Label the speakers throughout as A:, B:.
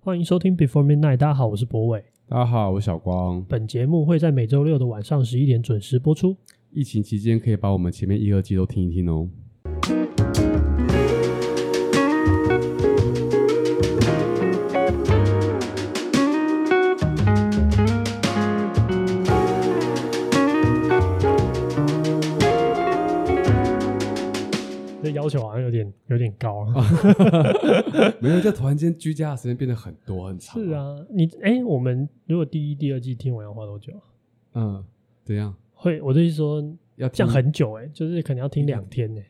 A: 欢迎收听 Before Midnight。大家好，我是博伟。
B: 大家好，我是小光。
A: 本节目会在每周六的晚上十一点准时播出。
B: 疫情期间可以把我们前面一、二季都听一 听哦。
A: 这要求好像有点有点高啊。
B: 没有，就突然间居家的时间变得很多很长。
A: 是，啊，你哎、我们如果第一、第二季听完要花多久啊？
B: 嗯，怎样？
A: 会，我的意思说
B: 要
A: 这
B: 听
A: 样很久
B: 嗯
A: 哎、就是可能要听两天呢、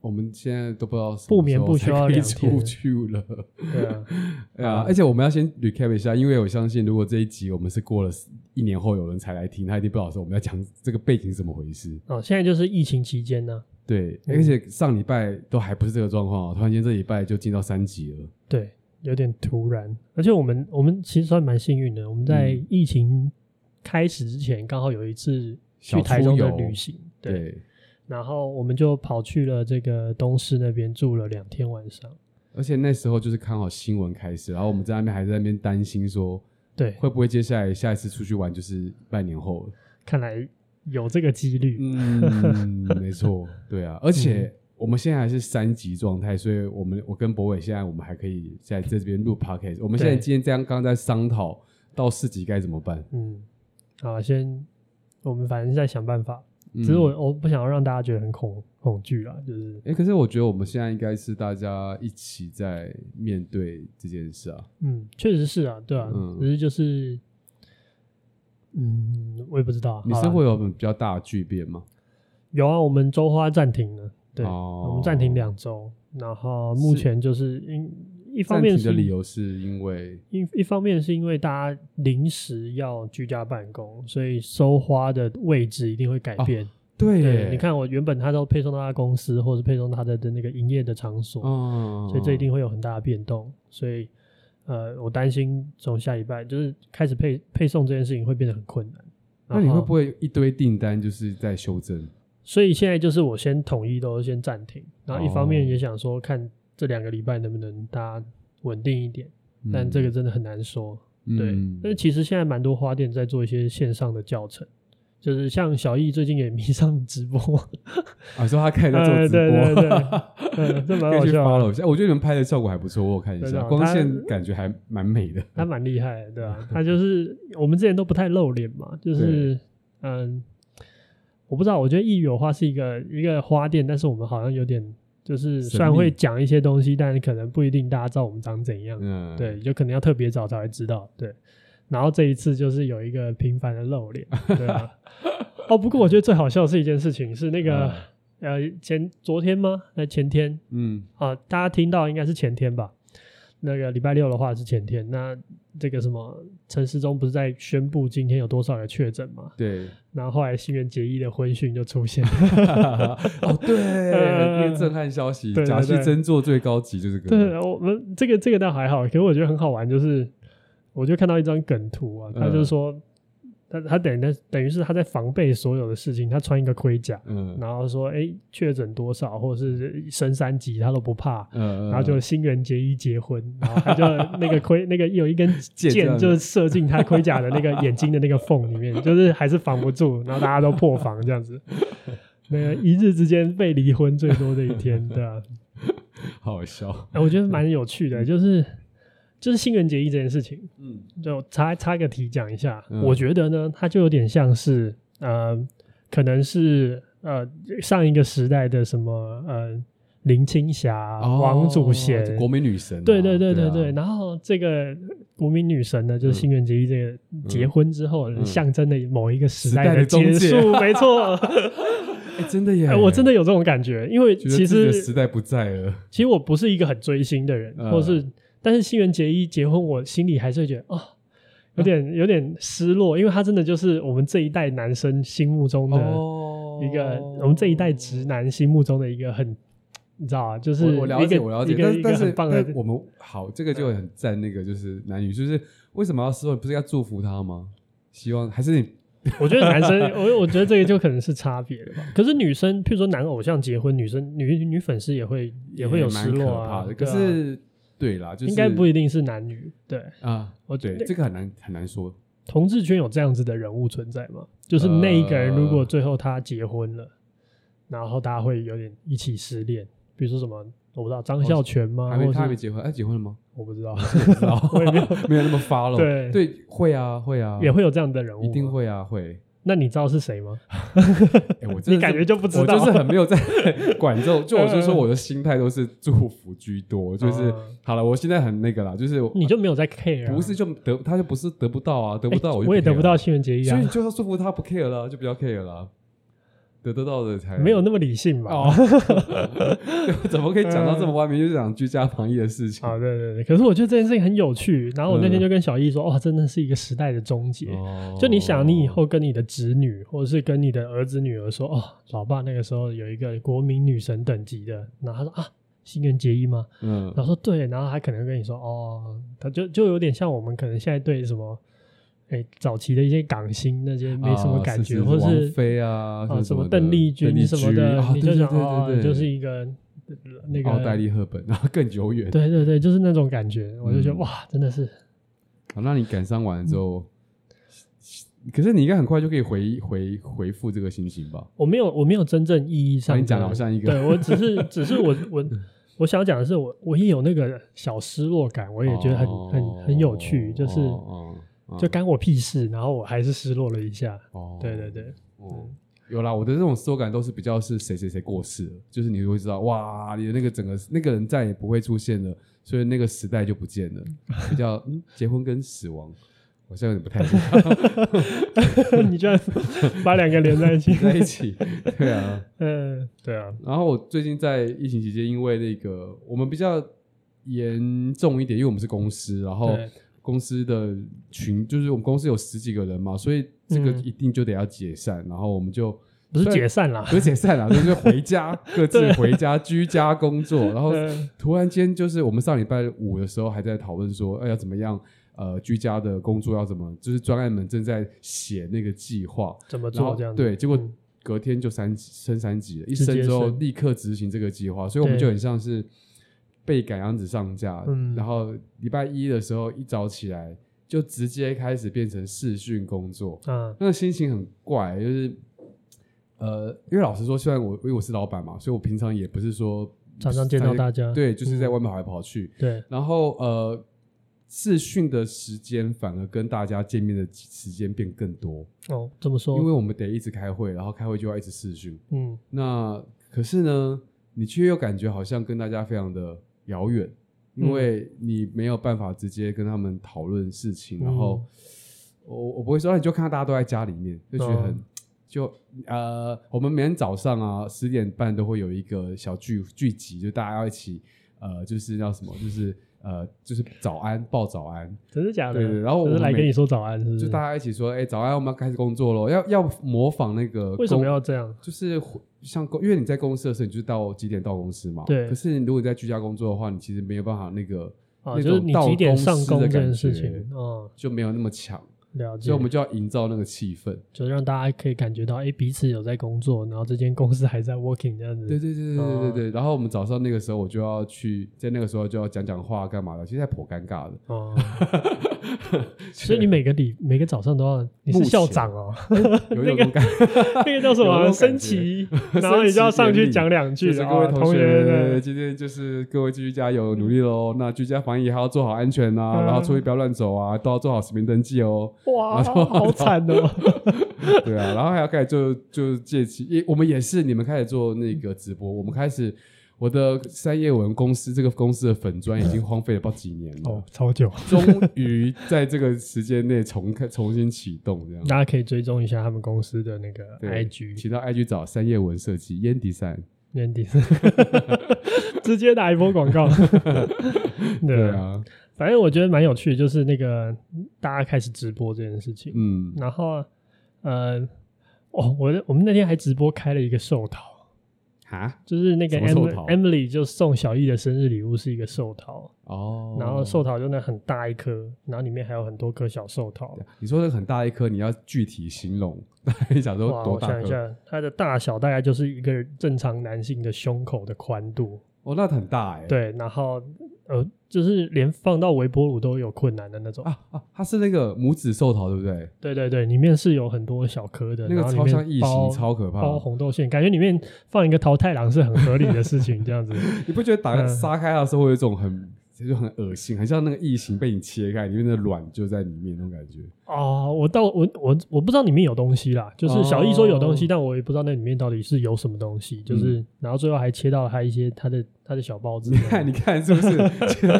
B: 我们现在都不知道什么时候
A: 不眠不休要
B: 才可以
A: 两天
B: 出去 了。
A: 对啊，
B: 对啊，而且我们要先 recap 一下，因为我相信，如果这一集我们是过了一年后有人才来听，他一定不知道说我们要讲这个背景是怎么回事。
A: 哦，现在就是疫情期间呢、
B: 对，
A: 嗯
B: 而且上礼拜都还不是这个状况哦，突然间这礼拜就进到三级了。
A: 对，有点突然。而且我们我们其实算蛮幸运的，我们在
B: 嗯
A: 疫情开始之前刚好有一次去
B: 小
A: 台
B: 出
A: 中的
B: 游
A: 旅行，对，
B: 对，
A: 然后我们就跑去了这个东市那边住了两天晚上。
B: 而且那时候就是看好新闻开始，然后我们在那边还在那边担心说，
A: 对，
B: 会不会接下来下一次出去玩就是半年后了？
A: 看来有这个几率。
B: 嗯，没错，对啊，而且我们现在还是三级状态，所以我们我跟博伟现在我们还可以在这边录 podcast。我们现在
A: 对
B: 今天这样刚刚在商讨到四级该怎么办，
A: 嗯，好了，先我们反正再想办法。
B: 嗯
A: 只是我我不想要让大家觉得很恐恐惧啦，就是
B: 哎、可是我觉得我们现在应该是大家一起在面对这件事啊。
A: 嗯，确实是啊，对啊，
B: 嗯
A: 只是就是嗯，我也不知道啊。
B: 你
A: 好啦
B: 生活有比较大的巨变吗？
A: 有啊，我们周花暂停了，对，
B: 哦
A: 我们暂停两周，然后目
B: 是
A: 前就是因一方
B: 暂
A: 面
B: 停
A: 是
B: 的理由是因为
A: 一一方面是因为大家临时要居家办公，所以收花的位置一定会改变。
B: 哦对耶
A: 对，你，看我原本它都配送到他公司，或者是配送他的的那个营业的场所，
B: 哦，
A: 所以这一定会有很大的变动。所以呃，我担心从下礼拜就是开始配配送这件事情会变得很困难。
B: 那你会不
A: 会？
B: 会一堆订单就是在修正？
A: 所以现在就是我先统一都先暂停，然后一方
B: 哦
A: 面也想说看这两个礼拜能不能大家稳定一点，
B: 嗯
A: 但这个真的很难说。对，但是其实现在蛮多花店在做一些线上的教程，就是像小易最近也迷上直播，
B: 啊，说他开始在做直播，
A: 哎对对对嗯这 蛮好笑的
B: 可以去 follow 一下，我觉得你们拍的效果还不错，我有看一
A: 真的
B: 下，
A: 哦
B: 光
A: 他
B: 线感觉还蛮美的。
A: 他蛮厉害的，对吧、啊 他就是我们之前都不太露脸嘛，就是嗯，我不知道，我觉得易友花是一个一个花店，但是我们好像有点就是
B: 神秘
A: 虽然会讲一些东西，但可能不一定大家知道我们长怎样，
B: 嗯，
A: 对，就可能要特别早才会知道，对。然后这一次就是有一个频繁的露脸，对啊。哦，不过我觉得最好笑的是一件事情，是那个、呃前昨天吗？呃前天
B: 嗯，
A: 啊，大家听到应该是前天吧？那个礼拜六的话是前天，那这个什么陈时中不是在宣布今天有多少个确诊嘛？
B: 对，
A: 然后后来新垣结衣的婚讯就出现了，
B: 哦对，
A: 呃
B: 那个震撼消息
A: 对，对
B: 假戏
A: 对
B: 真做最高级就是这
A: 对
B: 个，，
A: 我们这个这个倒还好，可是我觉得很好玩，就是我就看到一张梗图啊，他
B: 嗯
A: 就是说，他他等于他等于是他在防备所有的事情，他穿一个盔甲，
B: 嗯
A: 然后说，哎，确诊多少，或者是升三级，他都不怕。
B: 嗯，
A: 然后就新垣结衣结婚，然后他就那个盔那个有一 根
B: 箭这
A: 箭
B: 样
A: 就是射进他盔甲的那个眼睛的那个缝里面，就是还是防不住，然后大家都破防这样子。那个一日之间被离婚最多的一天，对啊，
B: 好好笑，
A: 哎我觉得蛮有趣的，就是就是新垣结衣这件事情，
B: 嗯，
A: 就插插个题讲一下。
B: 嗯
A: 我觉得呢，它就有点像是呃，可能是呃上一个时代的什么呃林青霞、
B: 哦
A: 王祖贤，
B: 国民女神啊，
A: 对对对对
B: 对
A: 对。
B: 啊，
A: 然后这个国民女神呢，就是新垣结衣这个结婚之后，
B: 嗯
A: 象征的某一个时代
B: 时代的
A: 结
B: 终结
A: 束，没错。
B: 哎真的耶
A: 哎，我真的有这种感觉，因为
B: 觉得
A: 其
B: 自己
A: 实
B: 的时代不在了，
A: 其实我不是一个很追星的人，
B: 嗯
A: 或是但是新垣结衣结婚，我心里还是会觉得哦，有
B: 嗯
A: 点有点失落，因为他真的就是我们这一代男生心目中的
B: 哦
A: 一个，我们这一代直男心目中的一个很，你知道啊，就是
B: 我我了
A: 一
B: 解，
A: 个
B: 我了解
A: 一，
B: 但
A: 个
B: 是
A: 一个
B: 但
A: 很
B: 是
A: 棒的
B: 但，我们好，这个就很赞。那个就是男女，就是为什么要失落？你不是要祝福他吗？希望还是你
A: 我觉得男生， 我我觉得这个就可能是差别了吧。可是女生，譬如说男偶像结婚，女生女女粉丝也会也会有失落
B: 蛮可怕
A: 啊
B: 的。，可
A: 对啊
B: 是对啦，就是
A: 应该不一定是男女。对，
B: 啊，
A: 我
B: 对
A: 那
B: 这个很难很难说。
A: 同志圈有这样子的人物存在吗？就是那一个人如果最后他结婚了，然后大家会有点一起失恋，比如说什么我不知道张孝全吗？
B: 还没
A: 或
B: 他还没
A: 哦是
B: 结婚，哎，结婚了吗？
A: 我不知道，
B: 我也没有没有那么 follow。
A: 对
B: 对，会啊会啊，
A: 也会有这样的人物，
B: 一定。会啊 会。
A: 那你知道是谁吗？
B: 哎，我真
A: 你
B: 的
A: 感
B: 是
A: 觉就不知
B: 我
A: 道，
B: 就是很没有在管这种，就我就说我的心态都是祝福居多，就是
A: 嗯
B: 好了，我现在很那个啦，就是
A: 你就没有在 care，啊
B: 不是就得他就不是得不到啊，得
A: 哎
B: 不到我就
A: 我也
B: 不
A: 得不
B: care
A: 到
B: 了，
A: 新垣结衣
B: 所
A: 啊
B: 以，就要祝福他不 care 了，就不要 care 了，得得到的才
A: 没有那么理性吧？
B: 哦， 怎么可以讲到这么外面，就是讲居家防疫的事情？
A: 啊，对对对，可是我觉得这件事情很有趣。然后我那天就跟小易说，哇、真的是一个时代的终结。
B: 嗯哦
A: 嗯就你想，你以后跟你的侄女，或者是跟你的儿子女儿说，哦，老爸那个时候有一个国民女神等级的，然后他说啊，新垣结衣吗？
B: 嗯
A: 然后说对，然后他可能跟你说，哦，他就就有点像我们可能现在对什么，哎，早期的一些港星那些没什么
B: 啊
A: 感
B: 是
A: 觉，
B: 是
A: 或
B: 王
A: 是
B: 菲啊，
A: 啊什
B: 什
A: 么
B: 的
A: 邓丽君什么的，
B: 啊
A: 你就
B: 对对
A: 想
B: 对对
A: 哦，
B: 对，
A: 就是一个呃那个
B: 奥黛丽·赫本，然后更久远。
A: 对对对，就是那种感觉，我就觉得、
B: 嗯
A: 哇，真的是
B: 好，那你感伤完了之后，
A: 嗯
B: 可是你应该很快就可以回回回复这个心情吧？
A: 我没有我没有真正意义上
B: 把
A: 的
B: 哦你讲得好像一个
A: 对我只 是只是我我我想讲的是我我也有那个小失落感，我也觉得很、很很有趣，就是、
B: 哦哦
A: 就干我屁事，然后我还是失落了一下，
B: 哦
A: 对对，嗯对，
B: 哦。有啦，我的这种收感都是比较是谁谁谁过世了，就是你会知道，哇，你的那个整个那个人再也不会出现了，所以那个时代就不见了。比较、嗯、结婚跟死亡，好像有点不太 一样
A: 你居然把两个连在 一起，
B: 在一起，对啊。
A: 嗯，对啊，
B: 然后我最近在疫情期间，因为那个我们比较严重一点，因为我们是公司，然后
A: 对
B: 公司的群就是我们公司有十几个人嘛，所以这个
A: 嗯
B: 一定就得要解散，然后我们就
A: 不是
B: 对
A: 解散啊啦，
B: 不是解散了，就是回家 各自回家居家工作，然后
A: 嗯
B: 突然间就是我们上礼拜五的时候还在讨论说，哎要怎么样。呃，居家的工作要怎么？就是专案们正在写那个计划，
A: 怎么
B: 然后
A: 做这样子？
B: 对，结果
A: 嗯
B: 隔天就三级升三级了，一
A: 直
B: 升
A: 接
B: 之后
A: 升
B: 立刻执行这个计划，所以我们
A: 对
B: 就很像是被赶样子上架。
A: 嗯
B: 然后礼拜一的时候一早起来就直接开始变成视讯工作，
A: 啊，
B: 那个心情很怪，就是呃，因为老实说，虽然我因为我是老板嘛，所以我平常也不是说
A: 常常见到大家，嗯
B: 对，就是在外面跑来跑去，
A: 对，
B: 然后呃，视讯的时间反而跟大家见面的时间变更多。
A: 哦，这么说，
B: 因为我们得一直开会，然后开会就要一直视讯。
A: 嗯，
B: 那可是呢，你却又感觉好像跟大家非常的遥远，
A: 嗯
B: 因为你没有办法直接跟他们讨论事情。
A: 嗯
B: 然后我我不会说，啊你就看到大家都在家里面，就觉得很、
A: 嗯
B: 就呃，我们每天早上啊十点半都会有一个小聚聚集，就大家要一起呃，就是叫什么，就是呃，就是早安报早安，
A: 真的假的？
B: 对对然后
A: 就是
B: 我
A: 来
B: 每
A: 跟你说早安，是不是？
B: 就大家一起说，哎、早安，我们要开始工作喽，要要模仿那个
A: 为什
B: 公
A: 么要这样？
B: 就是回像公，因为你在公司的时候，你就是到几点到公司嘛。
A: 对
B: 可是如果你在居家工作的话，你其实没有办法那个，
A: 啊，
B: 那
A: 就是
B: 种
A: 你
B: 到
A: 几点
B: 公
A: 上
B: 司
A: 工
B: 的
A: 这
B: 感
A: 件事
B: 觉
A: 情，哦，
B: 就没有那么强，
A: 了解。
B: 所以我们就要营造那个气氛。
A: 就让大家可以感觉到，哎，彼此有在工作，然后这间公司还在 working 这样子。
B: 对对对对对对对。然后我们早上那个时候，我就要去，在那个时候就要讲讲话干嘛的，其实还颇尴尬的。
A: 哦，所以你每个礼每个早上都要，你是
B: 目
A: 校
B: 前
A: 长 哦，
B: 有有种感觉，
A: 那个叫什
B: 有
A: 么
B: 那
A: 啊
B: 种
A: 升
B: 感觉
A: 旗， 然后你
B: 升
A: 就要
B: 旗
A: 上
B: 典
A: 去
B: 礼
A: 讲两
B: 就
A: 句
B: 是
A: 的，
B: 各位
A: 哦
B: 同
A: 同
B: 学，
A: 学，
B: 今天就是各位继续加油努力喽。那居家防疫还要做好安全啊，然后出去不要乱走啊，都要做好实名登记哦。
A: 对哇，
B: 然后
A: 好惨哦，
B: 对啊，然后还要开始就就借机，也我们也是你们开始做那个直播，我们开始我的三叶文公司这个公司的粉砖已经荒废了不知道几年了
A: 哦，，超久，
B: 终于在这个时间内重开重新启动这 样。
A: 大家可以追踪一下他们公司的那个
B: 对
A: IG
B: 请到 IG 找三叶文设计烟迪三，
A: 年底， 直接打一波广 告，啊
B: 对。啊，
A: 反正我觉得蛮有趣的，就是那个大家开始直播这件事情。
B: 嗯，
A: 然后，呃，哦，我我们那天还直播开了一个寿桃，
B: 哈，
A: 就是那个
B: 什么
A: Emily
B: 寿桃
A: Emily 就送小易的生日礼物是一个寿桃，
B: 哦，
A: 然后寿桃就那很大一颗，然后里面还有很多颗小寿桃。
B: 你说这个很大一颗，你要具体形容， 大概想说
A: 哇，
B: 多
A: 我
B: 大
A: 想一
B: 颗？
A: 下，它的大小大概就是一个正常男性的胸口的宽度，
B: 哦，那很大哎，，
A: 对，然后呃，就是连放到微波炉都有困难的那种。
B: 啊啊，它是那个母子寿桃，对不对？
A: 对对对，里面是有很多小颗的，
B: 那
A: 然
B: 个
A: 后里
B: 超
A: 面
B: 像异
A: 包
B: 形，超可怕。
A: 包红豆馅，感觉里面放一个桃太郎是很合理的事 情，这样子。
B: 你不觉得打开
A: 嗯
B: 撒开它的时候会有一种很就很恶心，很像那个异形被你切开，里面的卵就在里面那种感觉？
A: 哦，我到我我我不知道里面有东西啦，就是小易说有东西，
B: 哦嗯
A: 但我也不知道那里面到底是有什么东西，就是、然后最后还切到了他一些他的他的小包子
B: 你。看，你看是不 是？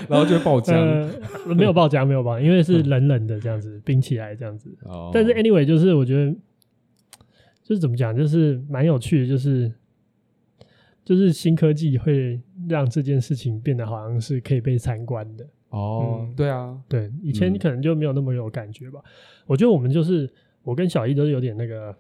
B: 然后就会爆浆。
A: 呃，没有爆浆，没有爆浆，因为是冷冷的这样子冰起来这样子。
B: 嗯哦
A: 但是哎 anyway，就是我觉得就是怎么讲，就是蛮有趣的，就是就是新科技会让这件事情变得好像是可以被参观的。
B: 哦
A: 嗯，
B: 对啊，
A: 对，以前
B: 嗯
A: 你可能就没有那么有感觉吧。我觉得我们就是我跟小易都是有点那个，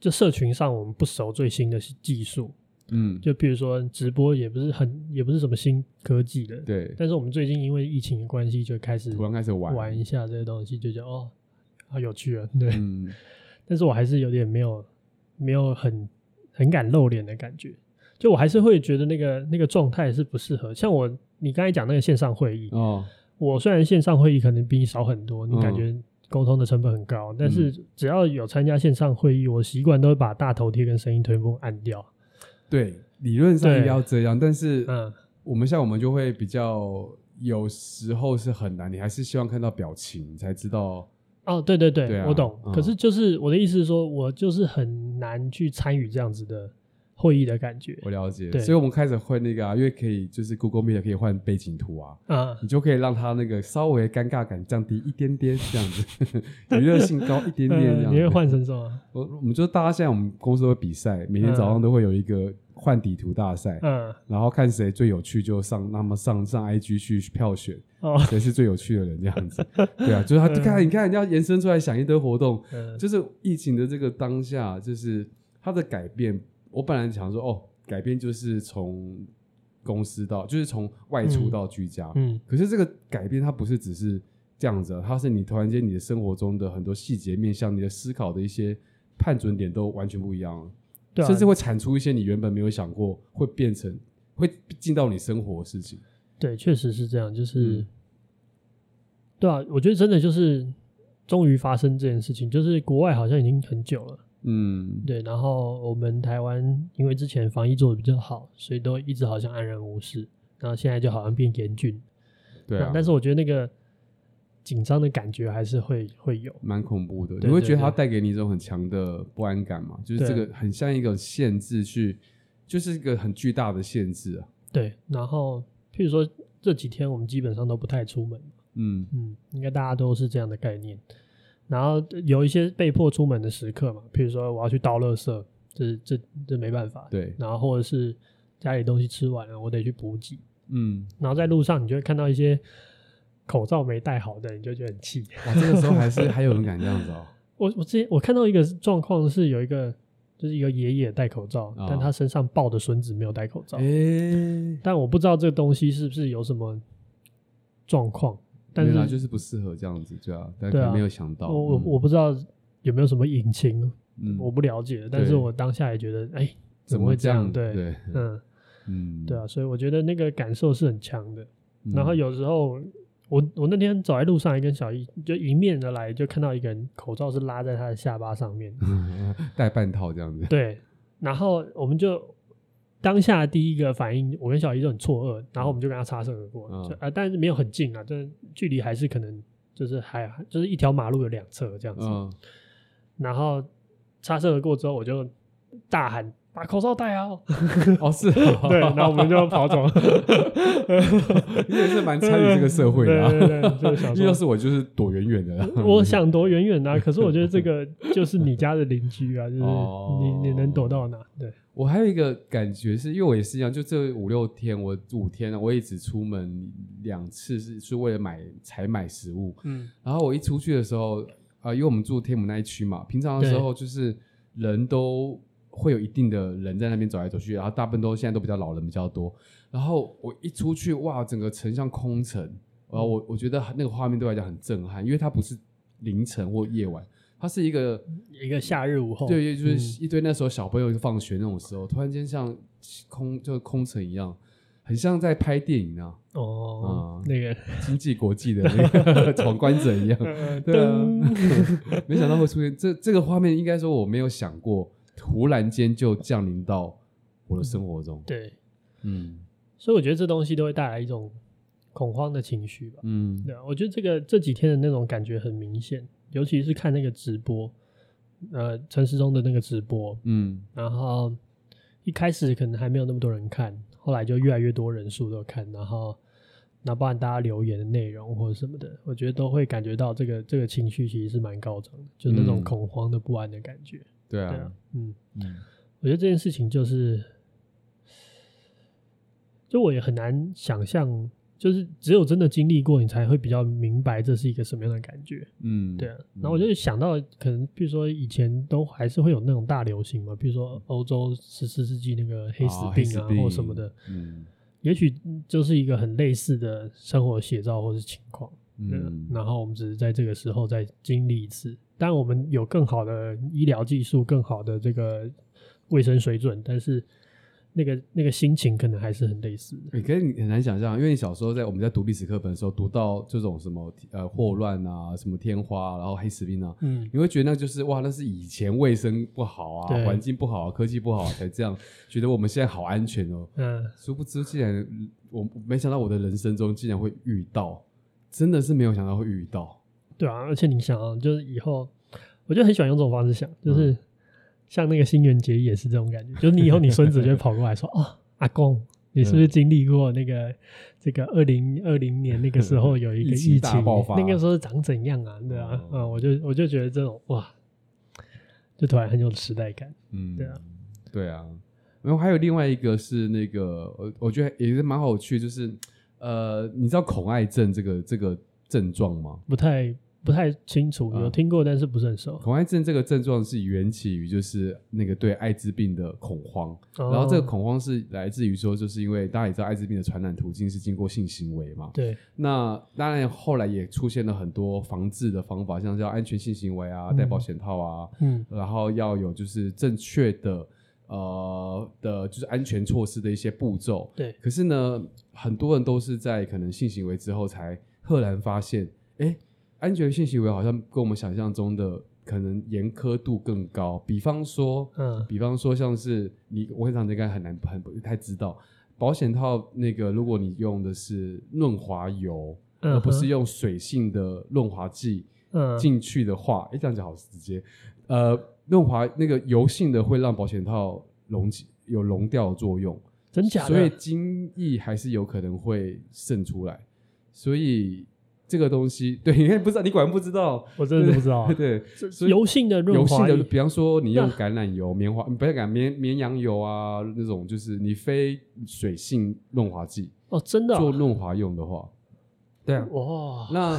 A: 就社群上我们不熟最新的技术，
B: 嗯，
A: 就比如说直播也不是很也不是什么新科技的，
B: 对，
A: 但是我们最近因为疫情的关系就开始
B: 突然开始玩
A: 玩一下这个东西，就觉得哦，好有趣啊，对。
B: 嗯，
A: 但是我还是有点没有没有很很敢露脸的感觉，就我还是会觉得那个那个状态是不适合。像我你刚才讲那个线上会议，
B: 哦，
A: 我虽然线上会议可能比你少很多，你感
B: 嗯
A: 觉沟通的成本很高，但是只要有参加线上会议，我习惯都会把大头贴跟声音推风按掉。
B: 对，理论上应该要这样，但是
A: 嗯，
B: 我们像我们就会比较，有时候是很难，你还是希望看到表情你才知道。
A: 哦，对对对，
B: 对啊
A: 我懂。
B: 嗯
A: 可是就是我的意思是说，我就是很难去参与这样子的会议的感觉
B: 我了解，
A: 对
B: 所以我们开始换那个啊，因为可以就是 Google Meet 可以换背景图啊，
A: 啊。
B: 你就可以让他那个稍微尴尬感降低一点点，这样 子，娱乐性高一点点这
A: 呃
B: 样
A: 你
B: 子。
A: 会换成什么？
B: 我我们就大家现在我们公司都会比赛，每天早上都会有一个换底图大赛，
A: 嗯，
B: 然后看谁最有趣就上，那么上上 IG 去票选
A: 哦，
B: 谁是最有趣的人这 样子。对啊，就是他就看你看人家延伸出来想一堆活动，
A: 嗯
B: 就是疫情的这个当下，就是它的改变。我本来想说哦，改变就是从公司到就是从外出
A: 嗯
B: 到居家，
A: 嗯
B: 可是这个改变它不是只是这样子、啊，它是你突然间你的生活中的很多细节面向，你的思考的一些判准点都完全不一样了，
A: 对啊
B: 甚至会产出一些你原本没有想过会变成会进到你生活的事情。
A: 对，确实是这样，就是，
B: 嗯
A: 对啊，我觉得真的就是终于发生这件事情，就是国外好像已经很久了，
B: 嗯，
A: 对，然后我们台湾因为之前防疫做的比较好，所以都一直好像安然无事，然后现在就好像变严峻，
B: 对啊
A: 那，但是我觉得那个紧张的感觉还是会会有，
B: 蛮恐怖的。
A: 对
B: 你会觉得
A: 对
B: 它
A: 对
B: 带给你一种很强的不安感嘛？就是这
A: 对
B: 个很像一个限制去，就是一个很巨大的限制啊。
A: 对，然后譬如说这几天我们基本上都不太出门，
B: 嗯
A: 嗯，应该大家都是这样的概念。然后有一些被迫出门的时刻嘛，譬如说我要去倒垃圾，这这这没办法。
B: 对
A: 然后或者是家里东西吃完了，我得去补给。
B: 嗯，
A: 然后在路上，你就会看到一些口罩没戴好的，你就觉得很气。
B: 哇，这个时候还是还有人敢这样子哦。
A: 我我之前我看到一个状况是有一个就是一个爷爷戴口罩，
B: 啊
A: 但他身上抱的孙子没有戴口罩。
B: 哎，
A: 但我不知道这个东西是不是有什么状况，但
B: 原来
A: 是
B: 就是不适合这样子，对啊，但可
A: 对啊
B: 能没有想到，
A: 我我
B: 嗯
A: 我不知道有没有什么隐情，
B: 嗯
A: 我不了解，但是我当下也觉得，哎、
B: 怎
A: 怎
B: 么
A: 么会
B: 这
A: 这
B: 样？
A: 样？对，
B: 对，
A: 嗯，
B: 嗯，
A: 对啊，所以我觉得那个感受是很强的。
B: 嗯，
A: 然后有时候，我我那天走在路上，还跟小易就迎面而来，就看到一个人口罩是拉在他的下巴上 面，
B: 戴半套这样子，
A: 对，然后我们就。当下第一个反应，我跟小姨就很错愕，然后我们就跟他擦身而过，
B: 嗯
A: 就啊，但是没有很近啊，就是距离还是可能就是还就是一条马路的两侧这样子。
B: 嗯，
A: 然后擦身而过之后，我就大喊把口罩戴好，
B: 哦是哦，
A: 对，然后我们就跑走。
B: 你也是蛮参与这个社会的啊，
A: 对对对 就是想说
B: 要是我就是躲远远的，
A: 我想躲远远啊，可是我觉得这个就是你家的邻居啊，就是
B: 哦
A: 你你能躲到哪？对，
B: 我还有一个感觉是，因为我也是一样，就这五六天，我五天啊了，我也只出门两次是，是为了买采买食物。
A: 嗯，
B: 然后我一出去的时候，啊、因为我们住天母那一区嘛，平常的
A: 对
B: 时候就是人都会有一定的人在那边走来走去，然后大部分都现在都比较老人比较多。然后我一出去，哇，整个城像空城，然后我我觉得那个画面对我来讲很震撼，因为它不是凌晨或夜晚，它是一个
A: 一个夏日午后，
B: 对，就是一堆那时候小朋友放学那种时候，突然间像空就是空城一样，很像在拍电影啊，
A: 哦
B: 啊，
A: 那个
B: 经济国际的那个 闯关者一样。 对啊， 没想到会出现这这个画面，应该说我没有想过，突然间就降临到我的生活中。
A: 对，
B: 嗯
A: 所以我觉得这东西都会带来一种恐慌的情绪吧。
B: 嗯
A: 对啊，我觉得这个这几天的那种感觉很明显，尤其是看那个直播，呃，陈时中的那个直播，
B: 嗯
A: 然后一开始可能还没有那么多人看，后来就越来越多人数都看，然后那包含大家留言的内容或者什么的，我觉得都会感觉到这个这个情绪其实是蛮高涨的，就是那种
B: 嗯
A: 恐慌的不安的感觉。对
B: 对啊
A: 啊，，嗯，
B: 嗯
A: 我觉得这件事情就是，就我也很难想象，就是只有真的经历过，你才会比较明白这是一个什么样的感觉。
B: 嗯，
A: 对啊，
B: 嗯
A: 然后我就想到，可能比如说以前都还是会有那种大流行嘛，比如说欧洲十四世纪那个黑死
B: 啊
A: 病啊，或什么的，，
B: 嗯
A: 也许就是一个很类似的生活写照或是情况。对啊
B: 嗯，
A: 然后我们只是在这个时候再经历一次。当然，我们有更好的医疗技术、更好的这个卫生水准，但是那个那个心情可能还是很类似的。
B: 欸可是你很难想象，因为你小时候在我们在读历史课本的时候，读到这种什么呃霍乱啊、什么天花，然后黑死病啊，
A: 嗯，
B: 你会觉得那就是哇，那是以前卫生不好啊
A: 对，
B: 环境不好、啊，科技不好、啊、才这样，觉得我们现在好安全哦。
A: 嗯，
B: 殊不知，竟然我我没想到我的人生中竟然会遇到，真的是没有想到会遇到。
A: 对啊。而且你想啊，就是以后，我就很喜欢用这种方式想，
B: 嗯
A: 就是、像那个新垣结衣也是这种感觉，就是你以后你孙子就会跑过来说：“ 哦，阿公，你是不是经历过那个、这个二零二零年那个时候有一个
B: 疫
A: 疫情
B: 情大爆发
A: 那个时候长怎样啊？”对啊，
B: 哦
A: 嗯，我就我就觉得这种哇，就突然很有时代感。
B: 嗯，
A: 对啊，
B: 对啊。然后还有另外一个是那个，我我觉得也是蛮有趣，就是呃，你知道恐艾症这个这个症状吗？
A: 不太不太清楚，
B: 啊
A: 有听过，但是不是很熟。
B: 恐艾症这个症状是源起于就是那个对艾滋病的恐慌，
A: 然
B: 然后这个恐慌是来自于说，就是因为大家也知道艾滋病的传染途径是经过性行为嘛，
A: 对，
B: 那当然后来也出现了很多防治的方法，像叫安全性行为啊、
A: 嗯
B: 戴保险套啊，
A: 嗯
B: 然后要有就是正确的呃的就是安全措施的一些步骤。
A: 对
B: 可是呢，很多人都是在可能性行为之后才赫然发现，哎，安全性行为好像跟我们想象中的可能严苛度更高。比方说，
A: 嗯
B: 比方说像是你，我很常应该很难很不太知道。保险套那个，如果你用的是润滑油，
A: 嗯
B: 而不是用水性的润滑剂，
A: 嗯
B: 进去的话，哎、这样讲好直接。呃，润滑那个油性的会让保险套溶解有溶掉的作用，
A: 真假的，
B: 所以精液还是有可能会渗出来。所以这个东西，对，你看不知道，你果然不知道，。
A: 我真的是不知道啊
B: 对，所以
A: 油性的润
B: 油性
A: 滑
B: 的，
A: 液啊
B: 比方说你用
A: 那
B: 橄榄油、棉花，不是橄绵绵羊油啊，那种就是你非水性润滑剂
A: 哦，真的啊
B: 做润滑用的话，对啊，
A: 哇，
B: 那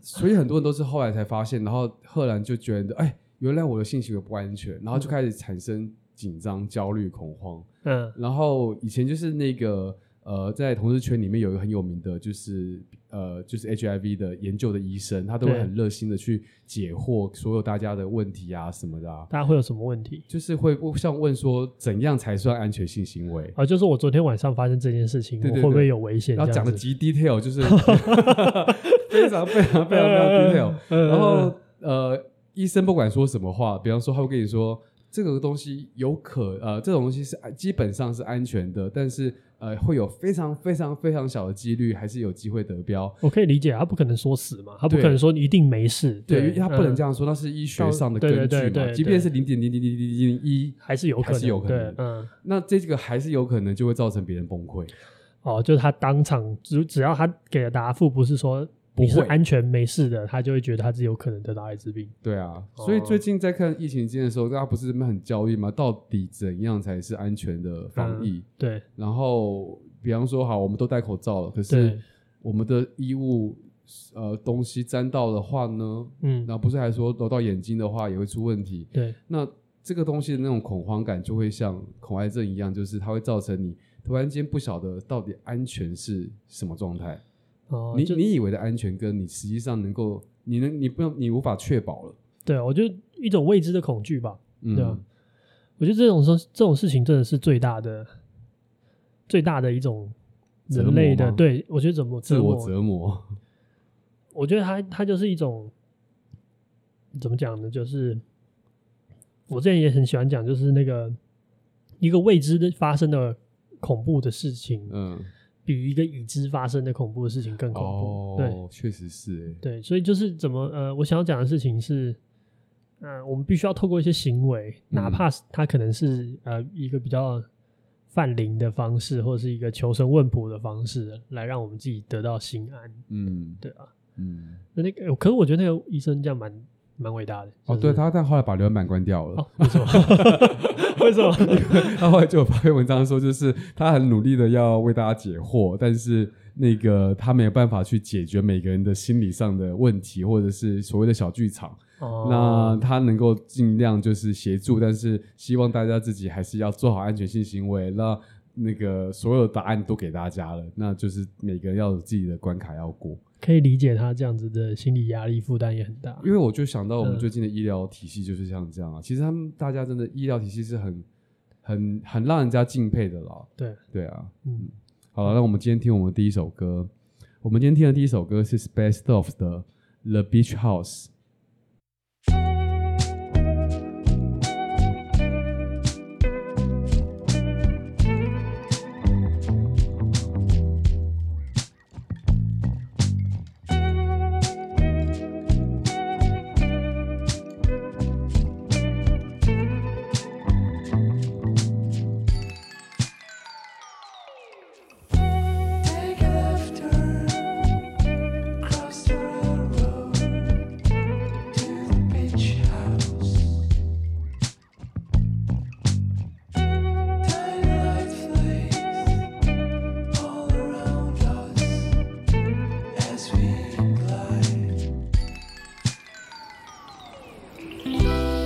B: 所以很多人都是后来才发现，然后赫然就觉得，哎，原来我的性行为不安全，然后就开始产生紧张、焦虑、恐慌。
A: 嗯
B: 然后以前就是那个呃，在同事圈里面有一个很有名的，就是呃，就是 HIV 的研究的医生，他都会
A: 对
B: 很热心的去解惑所有大家的问题啊什么的啊。
A: 大家会有什么问题？
B: 就是会像问说，怎样才算安全性行为？
A: 啊，就是我昨天晚上发生这件事情，
B: 对对
A: 我会不
B: 对
A: 会有危险？
B: 然后
A: 这
B: 讲
A: 样子
B: 的极 detail，就是 非常非常非常非常 detail。
A: 嗯
B: 然后呃，医生不管说什么话，比方说他会跟你说这个东西有可呃，这种东西是安基本上是安全的，但是呃会有非常非常非常小的几率还是有机会得标。
A: 我可以理解啊，他不可能说死嘛，他不
B: 对
A: 可能说你一定没事，
B: 对，因为他不能这
A: 样，
B: 样说，那是医学上的
A: 嗯对对
B: 根据
A: 对
B: 嘛。
A: 对
B: 即便
A: 对
B: 是零点零零零零零一，
A: 还是有可
B: 还
A: 能，
B: 是有可
A: 对，
B: 能
A: 嗯，
B: 那这个还是有可能就会造成别人崩溃。
A: 哦，就是他当场只只要他给的答复不是说你是
B: 不会
A: 安全没事的，他就会觉得他是有可能得到艾滋病。
B: 对啊，所以
A: 哦
B: 最近在看疫情期间的时候，大家不是很焦虑吗？到底怎样才是安全的防
A: 嗯
B: 疫？
A: 对
B: 然后，比方说，好，我们都戴口罩了，可是
A: 对，
B: 我们的衣物呃东西沾到的话呢，
A: 嗯，
B: 那不是还说揉到眼睛的话也会出问题？
A: 对
B: 那这个东西的那种恐慌感就会像恐癌症一样，就是它会造成你突然间不晓得到底安全是什么状态。
A: 哦，
B: 你
A: 就
B: 你以为的安全，跟你实际上能够，你能你不用你无法确保了。
A: 对我就一种未知的恐惧吧。
B: 嗯，
A: 对啊我觉得这种事这种事情真的是最大的最大的一种
B: 折
A: 人类
B: 磨
A: 的，
B: 吗
A: 对哦我觉得怎么
B: 自
A: 折磨
B: 我折磨，
A: 我觉得它它就是一种怎么讲呢？就是我之前也很喜欢讲，就是那个一个未知的发生的恐怖的事情，
B: 嗯，
A: 比一个已知发生的恐怖的事情更恐怖。对
B: 哦，确实是，哎，
A: 对，所以就是怎么呃，我想要讲的事情是。呃，我们必须要透过一些行为，哪
B: 嗯
A: 怕是它可能是呃一个比较泛灵的方式，或是一个求神问卜的方式，来让我们自己得到心安，
B: 嗯，
A: 对啊。
B: 嗯，
A: 那那个，可是我觉得那个医生这样蛮蛮伟大的。
B: 哦，
A: 就是
B: 对，他，但后来把留言板关掉了。
A: 哦， 为什么？为什么？
B: 他后来就有发篇文章说，就是他很努力的要为大家解惑，但是那个他没有办法去解决每个人的心理上的问题，或者是所谓的小剧场。那
A: 哦，
B: 他能够尽量就是协助，但是希望大家自己还是要做好安全性行为。那那个所有答案都给大家了，那就是每个人要有自己的关卡要过。
A: 可以理解他这样子的心理压力负担也很大。
B: 因为我就想到我们
A: 嗯
B: 最近的医疗体系就是像这样啊，其实他们大家真的医疗体系是很很很让人家敬佩的啦。
A: 对，
B: 对啊，
A: 嗯，
B: 好了，那我们今天听我们的第一首歌。我们今天听的第一首歌是 Space Dolls 的《The Beach House》。
C: Take after, cross the railroad to the beach house. Tiny light flakes all around us as we glide. In the water.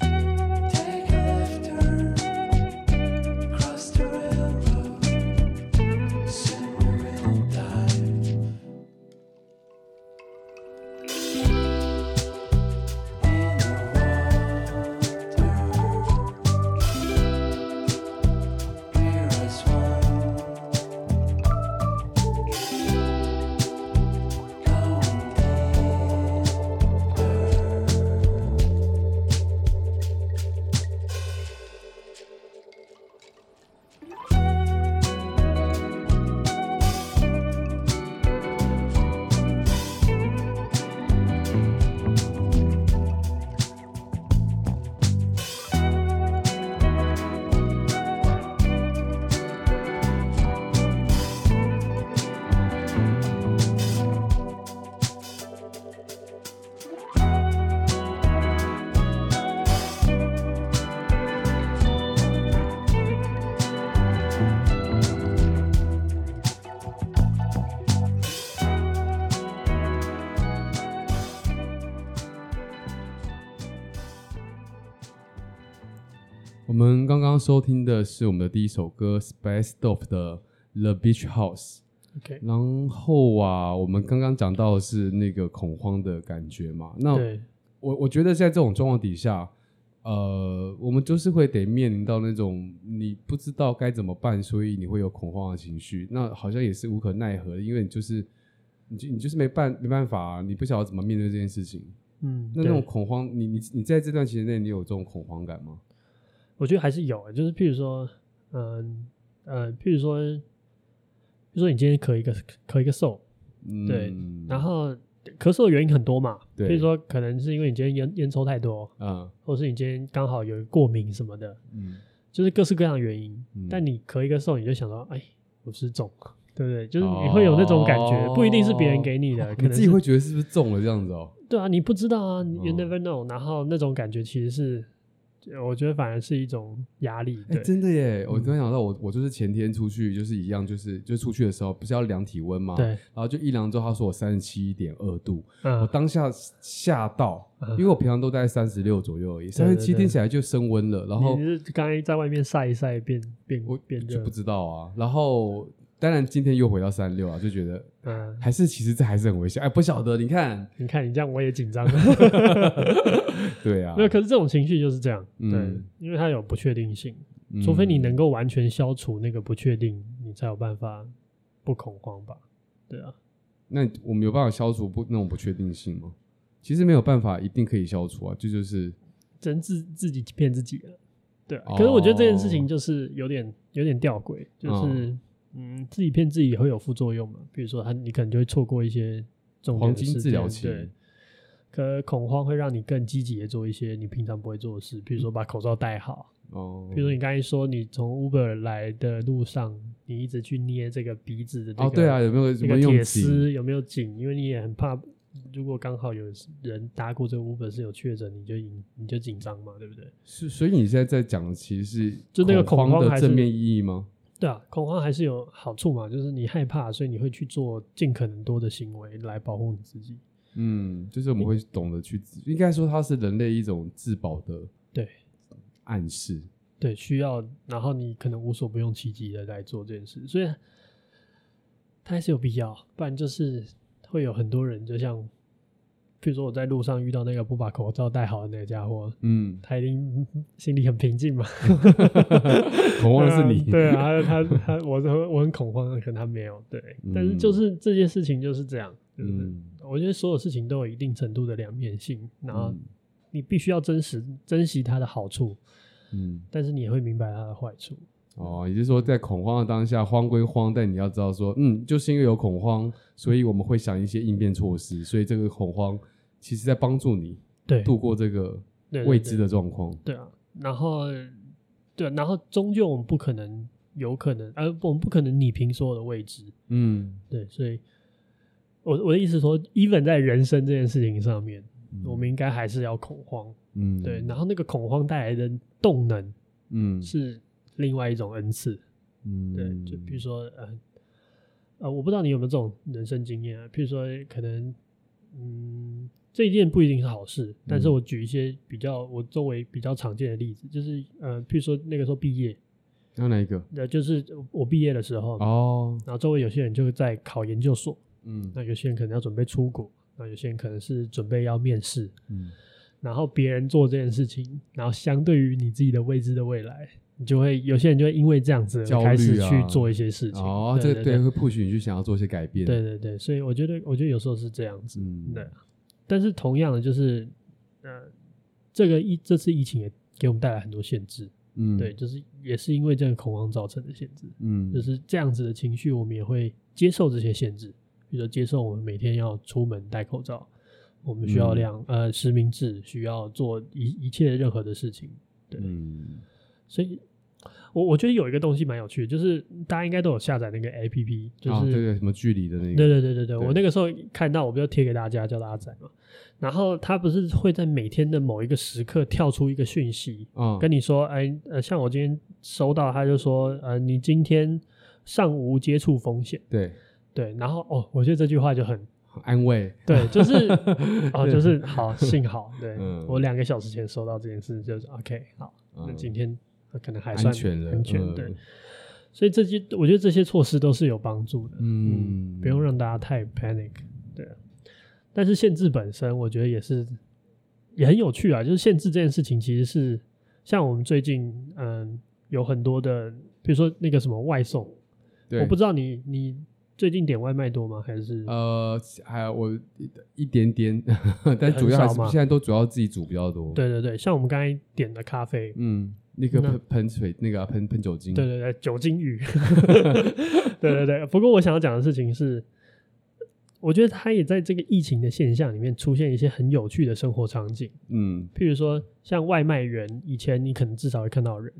C: Take a left turn, cross the railroad. Soon we will dive in the water. We're as one, going
B: 我们刚刚收听的是我们的第一首歌 Space Dove 的《The Beach House》。
A: ，OK，
B: 然后啊，我们刚刚讲到的是那个恐慌的感觉嘛。那
A: 对，
B: 我我觉得在这种状况底下，呃，我们就是会得面临到那种你不知道该怎么办，所以你会有恐慌的情绪。那好像也是无可奈何的，因为你就是你就你就是没办没办法啊、你不晓得怎么面对这件事情。
A: 嗯，
B: 那那
A: 对
B: 种恐慌，你你你在这段期间内，你有这种恐慌感吗？
A: 我觉得还是有，欸就是譬如说，嗯呃，譬如说，譬如说你今天咳一个咳一个嗽，
B: 嗯，
A: 对然后咳嗽的原因很多嘛，
B: 对
A: 譬如说可能是因为你今天烟烟抽太多，
B: 嗯
A: 或是你今天刚好有过敏什么的，
B: 嗯
A: 就是各式各样的原因。
B: 嗯
A: 但你咳一个嗽，你就想到，哎，我是中，对不对？就是你会有那种感觉，
B: 哦
A: 不一定是别人给你的，可
B: 你
A: 能
B: 自己
A: 是
B: 会觉得是不是中了这样子哦？
A: 对啊，你不知道啊你，You
B: 嗯
A: never know、然后那种感觉其实是我觉得反而是一种压力。
B: 哎、
A: 对，嗯
B: 真的耶！我突然想到我，我就是前天出去，就是一样，就是就出去的时候，不是要量体温吗？。
A: 对，
B: 然后就一量之后，他说我三十七点二度，我
A: 嗯，
B: 当下吓到，
A: 嗯
B: 因为我平常都在三十六左右而已，
A: 对
B: 三
A: 对
B: 十
A: 对
B: 七听起来就升温了。然后
A: 你是刚才在外面晒一晒变变
B: 我
A: 变
B: 就
A: 热
B: 不，知道啊。然后当然今天又回到三六啊，就觉得
A: 嗯，
B: 还是其实这还是很危险。哎，不晓得，你看，
A: 你看你这样我也紧张了。
B: 对啊，
A: 没有，可是这种情绪就是这样，
B: 嗯
A: 对，因为它有不确定性，
B: 嗯
A: 除非你能够完全消除那个不确定，你才有办法不恐慌吧？对啊，
B: 那我们有办法消除不那种不确定性吗？其实没有办法，一定可以消除啊，这就是
A: 只能自自己骗自己了，对啊。
B: 哦
A: 可是我觉得这件事情就是有点有点吊诡，就是、嗯，自己骗自己也会有副作用嘛，比如说他你可能就会错过一些重点的
B: 黄金
A: 事
B: 治疗
A: 件
B: 期。
A: 对。可恐慌会让你更积极的做一些你平常不会做的事，比如说把口罩戴好，
B: 哦，
A: 比如说你刚才说你从 Uber 来的路上，你一直去捏这个鼻子的这个
B: 哦，对啊，有没有有
A: 这
B: 没有
A: 个
B: 用
A: 铁
B: 紧？
A: 丝有没有紧？因为你也很怕，如果刚好有人搭过这个 Uber 是有确诊，你就紧你就紧张嘛，对不对？
B: 是，所以你现在在讲的其实是
A: 就那个恐
B: 恐
A: 慌还
B: 的
A: 是
B: 正面意义吗？
A: 对啊，恐慌还是有好处嘛，就是你害怕，所以你会去做尽可能多的行为来保护你自己。
B: 嗯，就是我们会懂得去自，应该说它是人类一种自保的
A: 对
B: 暗示。
A: 对，需要，然后你可能无所不用其极的来做这件事，所以它还是有必要，不然就是会有很多人，就像，譬如说我在路上遇到那个不把口罩戴好的那个家伙，
B: 嗯，
A: 他一定心里很平静嘛，
B: 恐慌的是你。
A: 对啊，他他他，我很我很恐慌，可能他没有对，但是就是这件事情就是这样，就是、
B: 嗯，
A: 我觉得所有事情都有一定程度的两面性，然后
B: 嗯
A: 你必须要真实珍惜它的好处，
B: 嗯，
A: 但是你也会明白它的坏处，
B: 哦，也就是说，在恐慌的当下，慌归慌，但你要知道说，嗯，就是因为有恐慌，所以我们会想一些应变措施，所以这个恐慌其实在帮助你
A: 对，
B: 度过这个
A: 对对
B: 未知的状况。
A: 对啊，然后对啊、然后终究我们不可能有可能，呃，我们不可能拟平所有的未知，
B: 嗯，
A: 对，所以我我的意思是说，even 在人生这件事情上面，我们应该还是要恐慌。
B: 嗯，
A: 对，然后那个恐慌带来的动能
B: 嗯
A: 是另外一种恩赐。
B: 嗯，
A: 对，就比如说呃呃，我不知道你有没有这种人生经验啊，譬如说可能嗯，这一件不一定是好事，但是
B: 嗯
A: 我举一些比较我周围比较常见的例子，就是呃，譬如说那个时候毕业，
B: 那哪一个？
A: 那、就是我毕业的时候，
B: 哦，
A: 然后周围有些人就在考研究所，
B: 嗯
A: 那有些人可能要准备出国，那有些人可能是准备要面试，
B: 嗯，
A: 然后别人做这件事情，然后相对于你自己的未知的未来，你就会有些人就会因为这样子
B: 焦虑啊
A: 开始去做一些事情。
B: 哦，这
A: 对
B: 个
A: 对
B: 对会 push 你去想要做一些改变。
A: 对，对对，所以我觉得，我觉得有时候是这样子。
B: 嗯，
A: 对，但是同样的，就是呃，这个疫这次疫情也给我们带来很多限制，
B: 嗯，
A: 对，，就是也是因为这个恐慌造成的限制，
B: 嗯，
A: 就是这样子的情绪，我们也会接受这些限制，比如说接受我们每天要出门戴口罩，我们需要
B: 嗯
A: 量、呃实名制，需要做一一切任何的事情，对
B: 嗯，
A: 所以我我觉得有一个东西蛮有趣的，就是大家应该都有下载那个 A P P，就是、
B: 啊，对对，什么距离的那个，
A: 对对对对对，
B: 对
A: 我那个时候看到，我不就贴给大家叫大家载嘛。然后它不是会在每天的某一个时刻跳出一个讯息，
B: 啊，
A: 跟你说，哎呃，像我今天收到，他就说，呃，你今天尚无接触风险。
B: 对
A: 对，然后哦，我觉得这句话就很
B: 安慰，
A: 对，就是哦，就是好，幸好对、
B: 嗯
A: 我两个小时前收到这件事，就是 OK 好，那
B: 嗯
A: 今天呃可能还
B: 安
A: 算
B: 全了
A: 安全、
B: 嗯
A: 对。所以这些，我觉得这些措施都是有帮助的，
B: 嗯，
A: 不用让大家太 panic。对啊，但是限制本身，我觉得也是也很有趣啊。就是限制这件事情，其实是像我们最近嗯有很多的，比如说那个什么外送，
B: 对，
A: 我不知道你你最近点外卖多吗？还是
B: 呃，还有我一一点点，
A: 很
B: 但主要还是
A: 少嘛
B: 现在都主要自己煮比较多。，
A: 对对对，像我们刚才点的咖啡，
B: 嗯，那个
A: 那
B: 喷喷水那个啊喷喷酒精，
A: 对对对，酒精浴， 对对对。不过我想要讲的事情是，我觉得它也在这个疫情的现象里面出现一些很有趣的生活场景，
B: 嗯，
A: 譬如说像外卖员，以前你可能至少会看到人，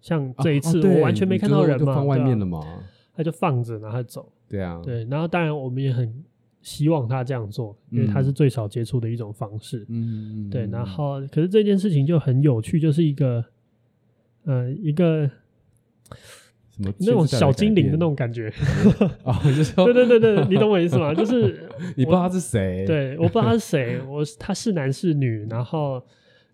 A: 像这一
B: 啊
A: 次
B: 对
A: 我完全没
B: 你
A: 看
B: 就
A: 到
B: 是
A: 人
B: 就
A: 嘛，
B: 放外
A: 对啊
B: 面了嘛，
A: 他就放着然后他走。
B: 对啊，
A: 对，然后当然我们也很希望他这样做，因为他
B: 嗯
A: 是最少接触的一种方式。
B: 嗯，嗯
A: 对，
B: 嗯
A: 然后可是这件事情就很有趣，就是一个呃一个
B: 什么
A: 那种小精灵的那种
B: 种
A: 感觉。
B: 啊，我就说
A: 对对对对，你懂我意思 吗？就是
B: 你不知道他是谁，，
A: 对，我不知道他是谁，我他是男是女，然后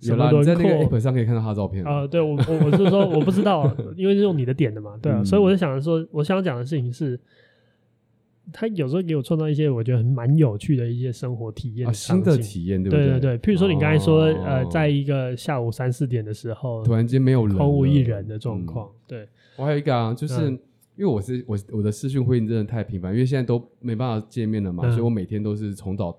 A: 什
B: 有
A: 么
B: 啦，你
A: 轮
B: 在那个哎
A: 廓
B: app 上可以看到他的照片
A: 啊、对我我我是说我不知道，啊因为是用你的点的嘛，对啊，
B: 嗯
A: 所以我就想着说，我想讲的事情是。他有时候给我创造一些我觉得很蛮有趣的一些生活体验
B: 啊，
A: 的
B: 新
A: 场景、
B: 的体验，对不
A: 对
B: 对
A: 对，譬如说你刚才说，
B: 哦
A: 呃，在一个下午三四点的时候，
B: 突然间没有人了，
A: 空无一人的状
B: 嗯
A: 况，对，
B: 我还有一个啊，就是
A: 嗯
B: 因为我是我我的视讯会议真的太频繁，因为现在都没办法见面了嘛，
A: 嗯
B: 所以我每天都是从早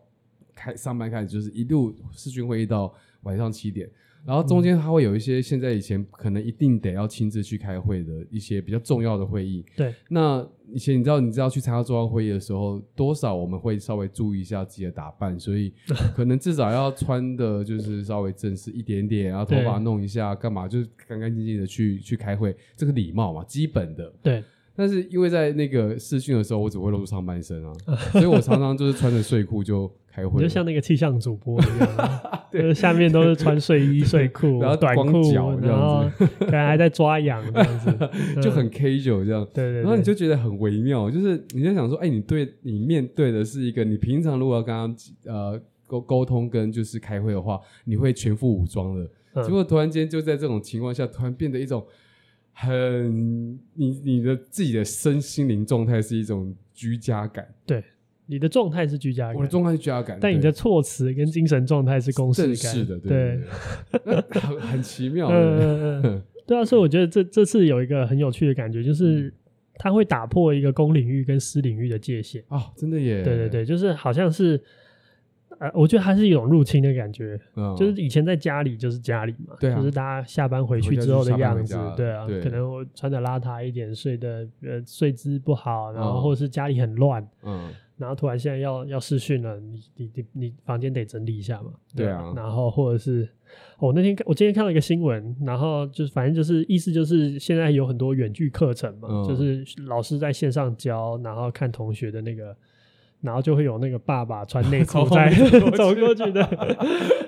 B: 开上班开始，就是一路视讯会议到晚上七点。然后
A: 嗯
B: 中间还会有一些现在以前可能一定得要亲自去开会的一些比较重要的会议。
A: 对，
B: 那以前你知道你知道去参加重要会议的时候，多少我们会稍微注意一下自己的打扮，所以可能至少要穿的就是稍微正式一点点，然后头发
A: 对
B: 弄一下，干嘛就是干干净净的去去开会，这个礼貌嘛，基本的。
A: 对，
B: 但是因为在那个试训的时候，我只会露出上半 身啊，所以我常常就是穿着睡裤就开
A: 你
B: 会
A: 就
B: 了，
A: 像那个气象主播一 样，啊就是下面都是穿睡衣、睡裤、
B: 然后
A: 短
B: 光
A: 裤
B: 脚，这
A: 然后
B: 样
A: 可能还在抓痒这样 子，
B: 就
A: 呃
B: 很 casual 这样。
A: 对对对，
B: 然后你就觉得很微妙，就是你在想说，哎，你对你面对的是一个你平常如果要跟他呃沟沟通跟就是开会的话，你会全副武装的，
A: 嗯
B: 结果突然间就在这种情况下，突然变得一种很你你的自己的身心灵状态是一种居家感，
A: 你的状态是居家
B: 我的
A: 感，
B: 状态是居家感，
A: 但你
B: 对
A: 的措辞跟精神状态是公式
B: 正
A: 感
B: 式的，
A: 对
B: 对对，对，那很很奇妙
A: 嗯，嗯嗯嗯，对啊，所以我觉得这这次有一个很有趣的感觉，
B: 嗯
A: 就是它会打破一个公领域跟私领域的界限。
B: 啊，真的耶，
A: 对对，对，就是好像是，呃，我觉得还是一种入侵的感觉，
B: 嗯，
A: 就是以前在家里就是家里嘛，
B: 对啊
A: 就是大家下班回
B: 回
A: 去
B: 家
A: 之后的
B: 就下班
A: 样
B: 回
A: 子
B: 家了，
A: 对啊，
B: 对
A: 可能我穿的邋遢一点，睡的呃睡姿不好，然后
B: 嗯
A: 或者是家里很乱，
B: 嗯，
A: 然后突然现在要要试训了，你你你你房间得整理一下嘛，
B: 对
A: 吧
B: 啊
A: 然后或者是我、那天看我今天看到一个新闻，然后就是反正就是意思就是现在有很多远距课程嘛，
B: 嗯
A: 就是老师在线上教，然后看同学的那个。然后就会有那个爸爸穿内裤
B: 从后
A: 在
B: 面走过去
A: 走过去的，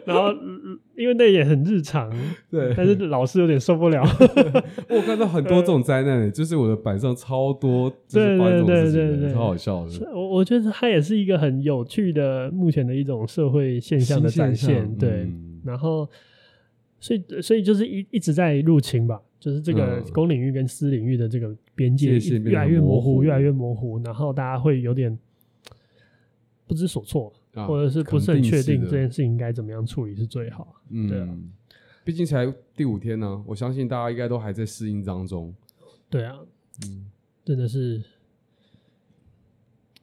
A: 然后嗯因为那也很日常，
B: 对
A: 但是老师有点受 不了，
B: 我看到很多
A: 嗯
B: 这种灾难、欸，就是我的板上超多，就是发生这种事情
A: 对对对
B: 的，
A: 对啊
B: 超好笑的。
A: 我我觉得它也是一个很有趣的目前的一种社会现象的展
B: 新现
A: 现，
B: 象
A: 对。
B: 嗯
A: 然后，所以所以就是一一直在入侵吧，就是这个
B: 嗯
A: 公领域跟私领域的这个边界
B: 界限
A: 一
B: 变得
A: 越来越
B: 很模
A: 模
B: 糊
A: 越来越模糊，然后大家会有点不知所措，
B: 啊
A: 或者是不是很确定这件
B: 肯
A: 事情该怎么样处理是最好。
B: 定是
A: 对
B: 的，
A: 啊
B: 嗯，毕竟才第五天呢、我相信大家应该都还在适应当中。
A: 对啊，
B: 嗯
A: 真的是，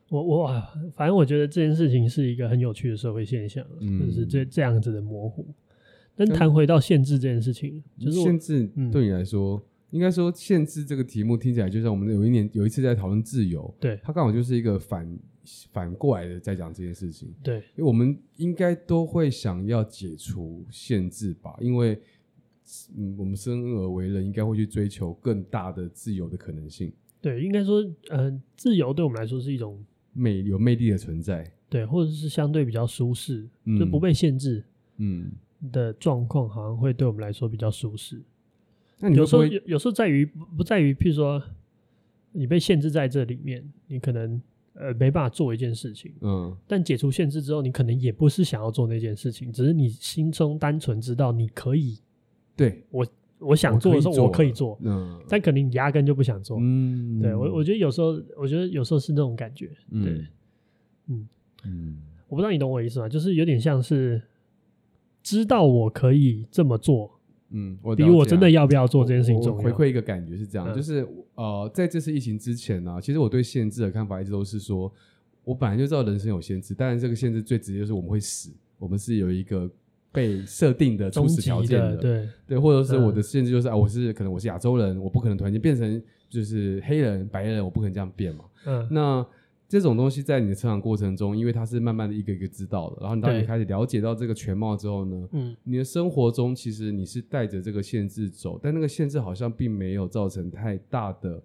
A: 我我啊反正我觉得这件事情是一个很有趣的社会现象啊，
B: 嗯
A: 就是这这样子的模糊。但谈回到限制这件事情，就是我
B: 限制
A: 嗯
B: 对你来说，应该说限制这个题目听起来就像我们有一年有一次在讨论自由，
A: 对
B: 它刚好就是一个反反过来的在讲这件事情。
A: 对
B: 因为我们应该都会想要解除限制吧，因为嗯，我们生而为人，应该会去追求更大的自由的可能性，
A: 对，应该说，嗯、自由对我们来说是一种
B: 魅有魅力的存在。
A: 对，或者是相对比较舒适，
B: 嗯
A: 就不被限制
B: 嗯，
A: 的状况，好像会对我们来说比较舒适。
B: 那你
A: 有
B: 会
A: 时
B: 不
A: 候有
B: 会
A: 有时候在于不不在于，譬如说你被限制在这里面，你可能呃没办法做一件事情。
B: 嗯
A: 但解除限制之后，你可能也不是想要做那件事情，只是你心中单纯知道你可以，
B: 对
A: 我想做的时候我可以做，
B: 嗯
A: 但可能你压根就不想做。
B: 嗯
A: 对我，我觉得有时候，我觉得有时候是那种感觉，
B: 嗯
A: 对嗯
B: 嗯
A: 我不知道你懂我意思吗？就是有点像是知道我可以这么做，
B: 嗯，我
A: 比
B: 了解
A: 我
B: 啊
A: 真的要不要做这件事情
B: 我
A: 重要。
B: 回馈一个感觉是这样，
A: 嗯
B: 就是呃，在这次疫情之前呢、其实我对限制的看法一直都是说，我本来就知道人生有限制，当然这个限制最直接就是我们会死，我们是有一个被设定的
A: 终
B: 初始条
A: 极
B: 件
A: 的，对
B: 对，或者是
A: 嗯
B: 我的限制就是、啊，我是可能我是亚洲人，我不可能突然间变成就是黑人、白人，我不可能这样变嘛。
A: 嗯，
B: 那这种东西在你的成长过程中，因为它是慢慢的一个一个知道的，然后你当你
A: 对
B: 开始了解到这个全貌之后呢，
A: 嗯，
B: 你的生活中其实你是带着这个限制走，但那个限制好像并没有造成太大的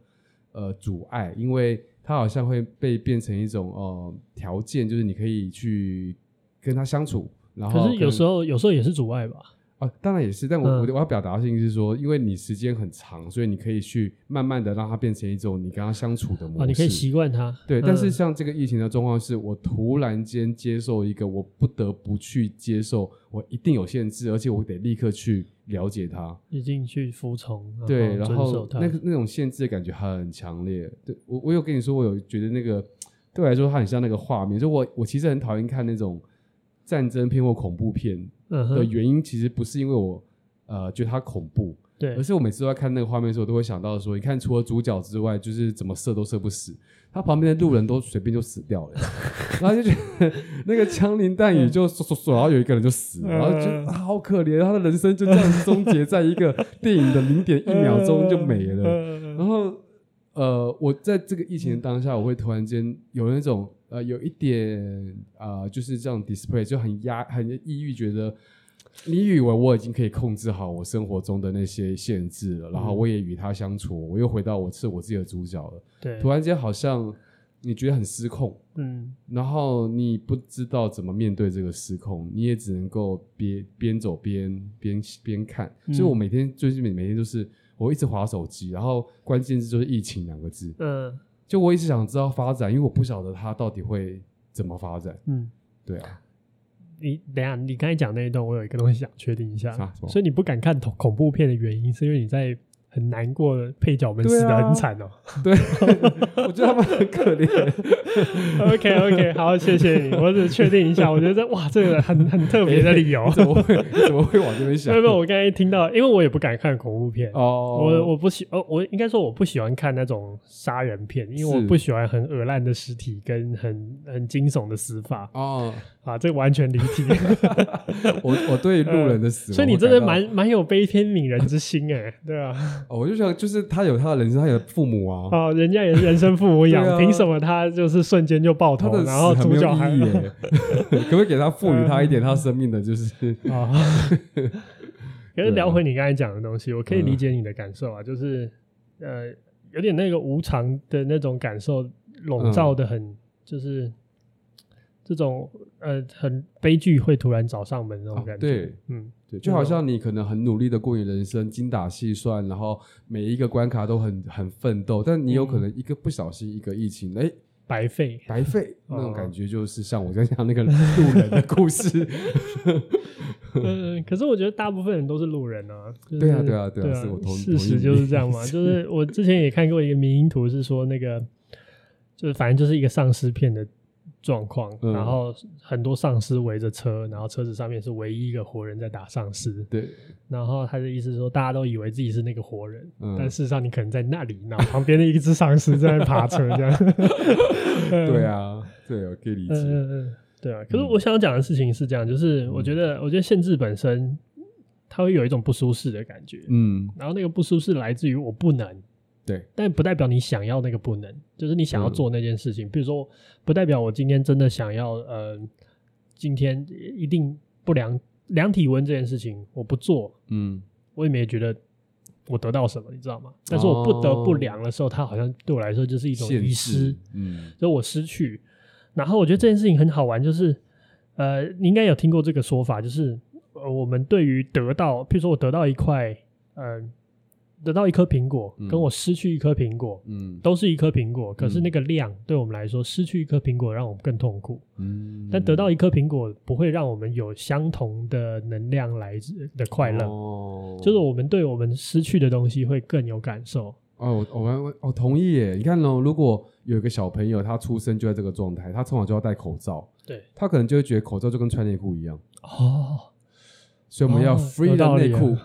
B: 呃阻碍，因为它好像会被变成一种呃条件，就是你可以去跟他相处。然后
A: 可是有时
B: 候
A: 候有时候也是阻碍吧，
B: 啊，当然也是，但我我
A: 嗯
B: 我要表达的事情是说，因为你时间很长，所以你可以去慢慢的让它变成一种你跟他相处的模式。
A: 啊，你可以习惯它。
B: 对，但是
A: 嗯
B: 像这个疫情的状况是，我突然间接受一个，我不得不去接受，我一定有限制，而且我得立刻去了解它。
A: 一定去服从，
B: 对，然
A: 嗯遵守
B: 后
A: 它。
B: 那个那种限制的感觉很强烈。对我，我有跟你说，我有觉得那个对我来说，它很像那个画面。就我，我其实很讨厌看那种战争片或恐怖片
A: 嗯
B: 的
A: 哼，
B: 原因，其实不是因为我呃觉得它恐怖，
A: 对
B: 而，是我每次都在看那个画面的时候，我都会想到说，你看除了主角之外，就是怎么射都射不死，他旁边的路人都随便就死掉了， 然后就觉得那个枪林弹雨就唰唰唰，然后有一个人就死了，然后就觉得啊好可怜，他的人生就这样子终结在一个电影的零点一秒钟就没了。然后呃，我在这个疫情的当下，我会突然间有那种呃有一点啊、呃就是这样 display 就很压很抑郁，觉得。你以为我已经可以控制好我生活中的那些限制了，然后我也与他相处，我又回到我是我自己的主角了。
A: 对
B: 突，然间好像你觉得很失控，
A: 嗯，
B: 然后你不知道怎么面对这个失控，你也只能够边边走边边边看。
A: 嗯
B: 所以我每天最近每每天就是我一直划手机，然后关键字就是疫情两个字，
A: 嗯
B: 就我一直想知道发展，因为我不晓得它到底会怎么发展。
A: 嗯，
B: 对 啊，
A: 你等一下，你刚才讲那一段，我有一个东西想确定一下
B: 啥什么。
A: 所以你不敢看恐恐怖片的原因，是因为你在很难过的配角们
B: 对啊
A: 死的很惨哦。
B: 对， 我觉得他们很可怜。
A: OK OK，好，谢谢你，我只是确定一下，我觉得哇，这个很很特别的理由。
B: 怎么会怎么会往这边哎想
A: 没有？没有，我刚才听到，因为我也不敢看恐怖片。
B: 哦，
A: 我我不喜哦，我应该说我不喜欢看那种杀人片，因为我
B: 是
A: 不喜欢很恶烂的尸体跟很很惊悚的死法
B: 哦，
A: 啊，这完全离题。
B: 我我对路人的死，
A: 呃所以你
B: 我
A: 真
B: 感
A: 的
B: 到
A: 蛮蛮有悲天悯人之心哎、对啊，
B: 哦，我就想就是他有他的人生，他有父母啊，
A: 哦，人家也是人生父母养
B: 对，啊
A: 凭、什么他就是瞬间就爆
B: 他
A: 头，
B: 的
A: 哦然后
B: 死很
A: 主
B: 没有
A: 角还
B: 意义欸耶， 可不可以给他赋予他一点他生命 的，就是
A: 啊。 可是
B: 对啊嗯
A: 聊回你刚才讲的东西，我可以理解你的感受啊，就是呃，有点那个无常的那种感受
B: 嗯
A: 笼罩的很，就是这种呃很悲剧会突然找上门那种
B: 啊
A: 感觉。
B: 对。
A: 嗯，
B: 对，就好像你可能很努力的过你人生，精打细算，然后每一个关卡都很很奋斗，但你有可能一个不小心，一个疫情，哎，
A: 白费。
B: 白费那种
A: 哦
B: 感觉，就是像我刚讲那个路人的故 事。
A: 嗯，可是我觉得大部分人都是路人啊。就是
B: 对啊对啊对
A: 对
B: 啊是我同
A: 事实就是这样 嘛。就是我之前也看过一个迷因图，是说那个就是反正就是一个丧尸片的状况，
B: 嗯
A: 然后很多丧尸围着车，然后车子上面是唯一一个活人在打丧尸。
B: 对，
A: 然后他的意思是说，大家都以为自己是那个活人，
B: 嗯
A: 但事实上你可能在那里，然后旁边的一只丧尸在那爬车这样。
B: 对啊，对，我可以理
A: 嗯
B: 解。
A: 嗯嗯，对啊。可是我想讲的事情是这样，就是
B: 嗯
A: 我觉得，我觉得限制本身它会有一种不舒适的感觉，
B: 嗯，
A: 然后那个不舒适来自于我不能，
B: 对，嗯
A: 但不代表你想要那个不能，就是你想要做那件事情。比如说，不代表我今天真的想要，呃，今天一定不量量体温这件事情我不做，
B: 嗯，
A: 我也没觉得。我得到什么，你知道吗？但是我不得不
B: 哦
A: 量的时候，它好像对我来说就是一种
B: 限
A: 遗
B: 制
A: 失。，
B: 嗯，
A: 所以我失去。然后我觉得这件事情很好玩，就是呃，你应该有听过这个说法，就是呃，我们对于得到，譬如说我得到一块，呃，得到一颗苹果，
B: 嗯
A: 跟我失去一颗苹果，
B: 嗯，
A: 都是一颗苹果，可是那个量对我们来说，失去一颗苹果让我们更痛苦，
B: 嗯
A: 但得到一颗苹果不会让我们有相同的能量来自的快乐。
B: 哦
A: 就是我们对我们失去的东西会更有感受，
B: 哦，我我完我我同意耶！你看哦，如果有一个小朋友他出生就在这个状态，他从小就要戴口罩，
A: 对，
B: 他可能就会觉得口罩就跟穿内裤一样，
A: 哦，
B: 所以我们要
A: 哦
B: free
A: 有道
B: 的内
A: 理啊
B: 裤，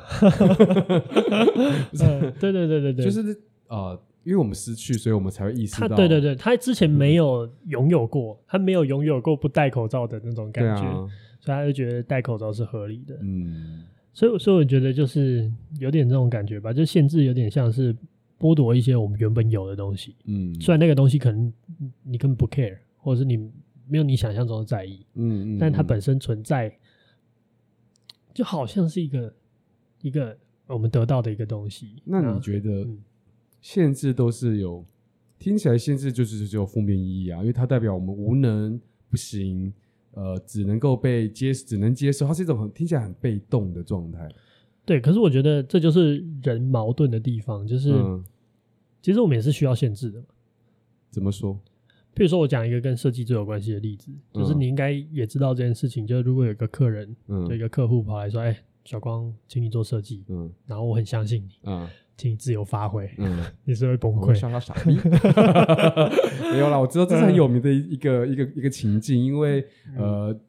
A: 嗯，对对对对对，
B: 就是呃，因为我们失去，所以我们才会意识
A: 他
B: 到，
A: 对对对，他之前没
B: 嗯
A: 有拥有过，他没有拥有过不戴口罩的那种感
B: 对
A: 觉，
B: 啊，
A: 所以他就觉得戴口罩是合理的。
B: 嗯，
A: 所以，所以我觉得就是有点这种感觉吧，就限制有点像是剥夺一些我们原本有的东西，
B: 嗯，
A: 虽然那个东西可能你你根本不 care，或者是你没有你想象中的在意，
B: 嗯，嗯
A: 但它
B: 嗯
A: 本身存在，就好像是一个一个我们得到的一个东西。
B: 那
A: 然
B: 你
A: 后
B: 觉得
A: 嗯
B: 限制都是有听起来限制就是只有负面意义啊，因为它代表我们无能、不行，呃，只能够被接，只能接受，它是一种很听起来很被动的状态。
A: 对，可是我觉得这就是人矛盾的地方，就是、
B: 嗯，
A: 其实我们也是需要限制的嘛。
B: 怎么说？
A: 譬如说，我讲一个跟设计最有关系的例子，就是
B: 嗯
A: 你应该也知道这件事情，就是如果有一个客人，
B: 嗯
A: 就一个客户跑来说：“哎、小光，请你做设计，
B: 嗯
A: 然后我很相信你，
B: 啊
A: 请你自由发挥。
B: 嗯，
A: 你是会崩
B: 我会
A: 溃。
B: 笑他傻逼。没有啦，我知道这是很有名的一一个一个一个情境，因为
A: 嗯
B: 呃，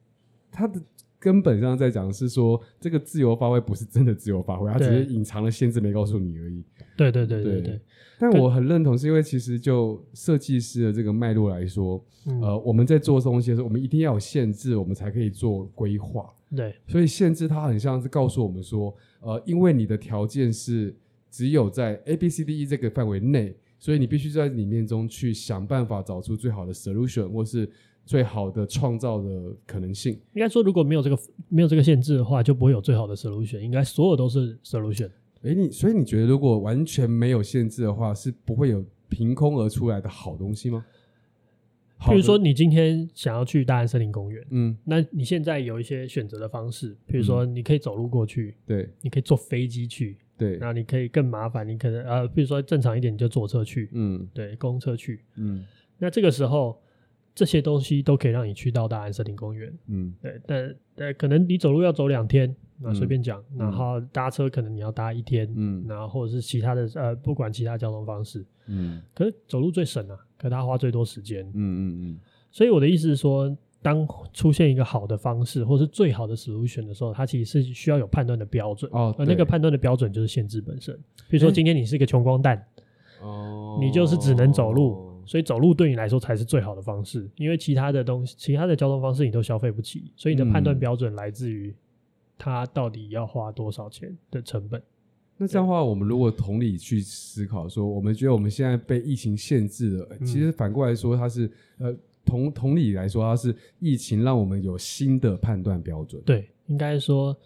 B: 他的根本上在讲是说，这个自由发挥不是真的自由发挥，他只
A: 对
B: 是隐藏了限制没告诉你而已。
A: 对对对对
B: 对
A: 对，
B: 但我很认同，是因为其实就设计师的这个脉络来说，
A: 嗯，
B: 呃，我们在做东西的时候，我们一定要有限制，我们才可以做规划。
A: 对
B: 所以限制它很像是告诉我们说，呃，因为你的条件是只有在 A、B、C、D、E E 这个范围内，所以你必须在里面中去想办法找出最好的 solution 或是最好的创造的可能性。
A: 应该说如果没有这个没有这个限制的话，就不会有最好的 solution。应该所有都是 solution。
B: 诶，你所以你觉得如果完全没有限制的话，是不会有凭空而出来的好东西吗？好
A: 譬
B: 的
A: 如说，，你今天想要去大安森林公园，
B: 嗯，
A: 那你现在有一些选择的方式，譬如说你可以走路过去，
B: 对
A: 你可以坐飞机去，
B: 对，
A: 然后你可以更麻烦，你可能呃，譬如说正常一点你就坐车去，
B: 嗯
A: 对，公车去。
B: 嗯
A: 那这个时候这些东西都可以让你去到大安森林公园，
B: 嗯
A: 对，但呃，可能你走路要走两天，那
B: 嗯
A: 随便讲，然后搭车可能你要搭一天，
B: 嗯
A: 然后或者是其他的呃，不管其他交通方式，
B: 嗯
A: 可是走路最省啊，可它花最多时间
B: 嗯，嗯
A: 所以我的意思是说，当出现一个好的方式或是最好的 solution 的时候，它其实是需要有判断的标准。
B: 哦
A: 而那个
B: 对嗯
A: 判断的标准就是限制本身。比如说，
B: 诶
A: 今天你是一个穷光蛋，
B: 嗯，哦
A: 你就是只能走路，所以走路对你来说才是最好的方式，因为其他的东西、其他的交通方式你都消费不起，所以你的判断
B: 嗯
A: 标准来自于它到底要花多少钱的成本。
B: 那这样的话，我们如果同理去思考说，我们觉得我们现在被疫情限制了，呃
A: 嗯
B: 其实反过来说，它是呃同同理来说，它是疫情让我们有新的判断标准，，
A: 对，应该说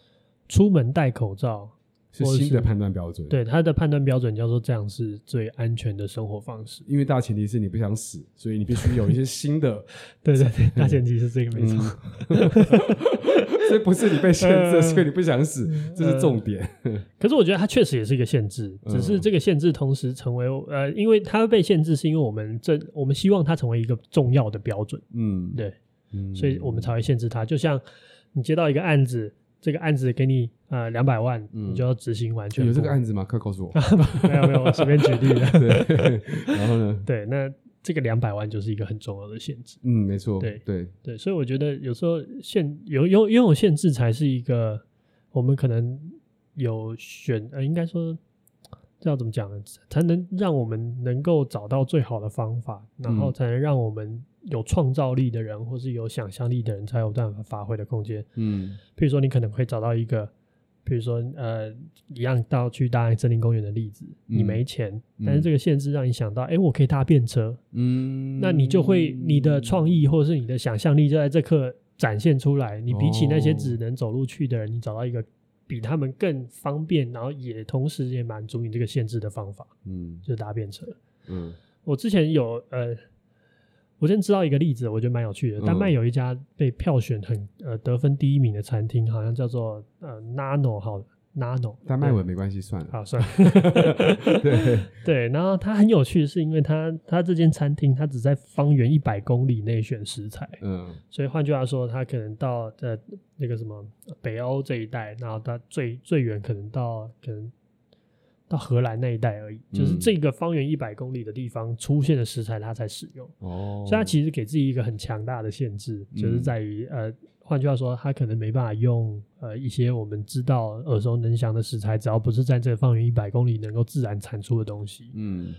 A: 出门戴口罩，
B: 是
A: 或者
B: 新
A: 是
B: 的判断标准，，
A: 对它的判断标准叫做这样是最安全的生活方式。
B: 因为大前提是你不想死，所以你必须有一些 新的，
A: 对对对，大前提是这个没
B: 嗯
A: 错。，
B: 所以不是你被限制，
A: 呃
B: 所以你不想死，这是重点，
A: 可是我觉得它确实也是一个限制，
B: 嗯
A: 只是这个限制同时成为呃，因为它被限制是因为我们这我们希望它成为一个重要的标准，
B: 嗯，
A: 对，
B: 嗯
A: 所以我们才会限制它。就像你接到一个案子，这个案子给你呃两百万，
B: 嗯
A: 你就要执行完全。
B: 哎有这个案子吗？快告诉我，
A: 子？ 没有没有，我随便举例的。
B: 对，然后呢？
A: 对，那这个两百万就是一个很重要的限制。
B: 嗯，没错，
A: 对
B: 对，
A: 对，所以我觉得有时候限有有拥有限制才是一个我们可能有选呃，应该说这要怎么讲呢？才能让我们能够找到最好的方法，然后
B: 嗯
A: 才能让我们有创造力的人或是有想象力的人才有办法发挥的空间。
B: 嗯
A: 比如说，你可能会找到一个，比如说呃，一样到去大安森林公园的例子，你
B: 嗯
A: 没钱，
B: 嗯
A: 但是这个限制让你想到，哎、我可以搭便车，
B: 嗯，
A: 那你就会你的创意或者是你的想象力就在这刻展现出来。你比起那些
B: 哦
A: 只能走路去的人，你找到一个比他们更方便，然后也同时也满足你这个限制的方法，
B: 嗯
A: 就是搭便车。
B: 嗯
A: 我之前有呃，我之前知道一个例子，我觉得蛮有趣的。
B: 嗯
A: 丹麦有一家被票选很呃得分第一名的餐厅，好像叫做呃 Nano 好了 Nano，
B: 丹麦文没关系，算了。
A: 好算了。
B: 对，
A: 对，然后它很有趣，是因为它它这间餐厅它只在方圆一百公里内选食材，
B: 嗯
A: 所以换句话说，它可能到呃那个什么北欧这一带，然后它最最远可能到可能到荷兰那一带而已，就是
B: 嗯
A: 这个方圆一百公里的地方出现的食材它才使用，
B: 哦，
A: 所以它其实给自己一个很强大的限制，就是
B: 嗯
A: 在于呃。换句话说，它可能没办法用呃一些我们知道耳熟能详的食材，只要不是在这个方圆一百公里能够自然产出的东西。
B: 嗯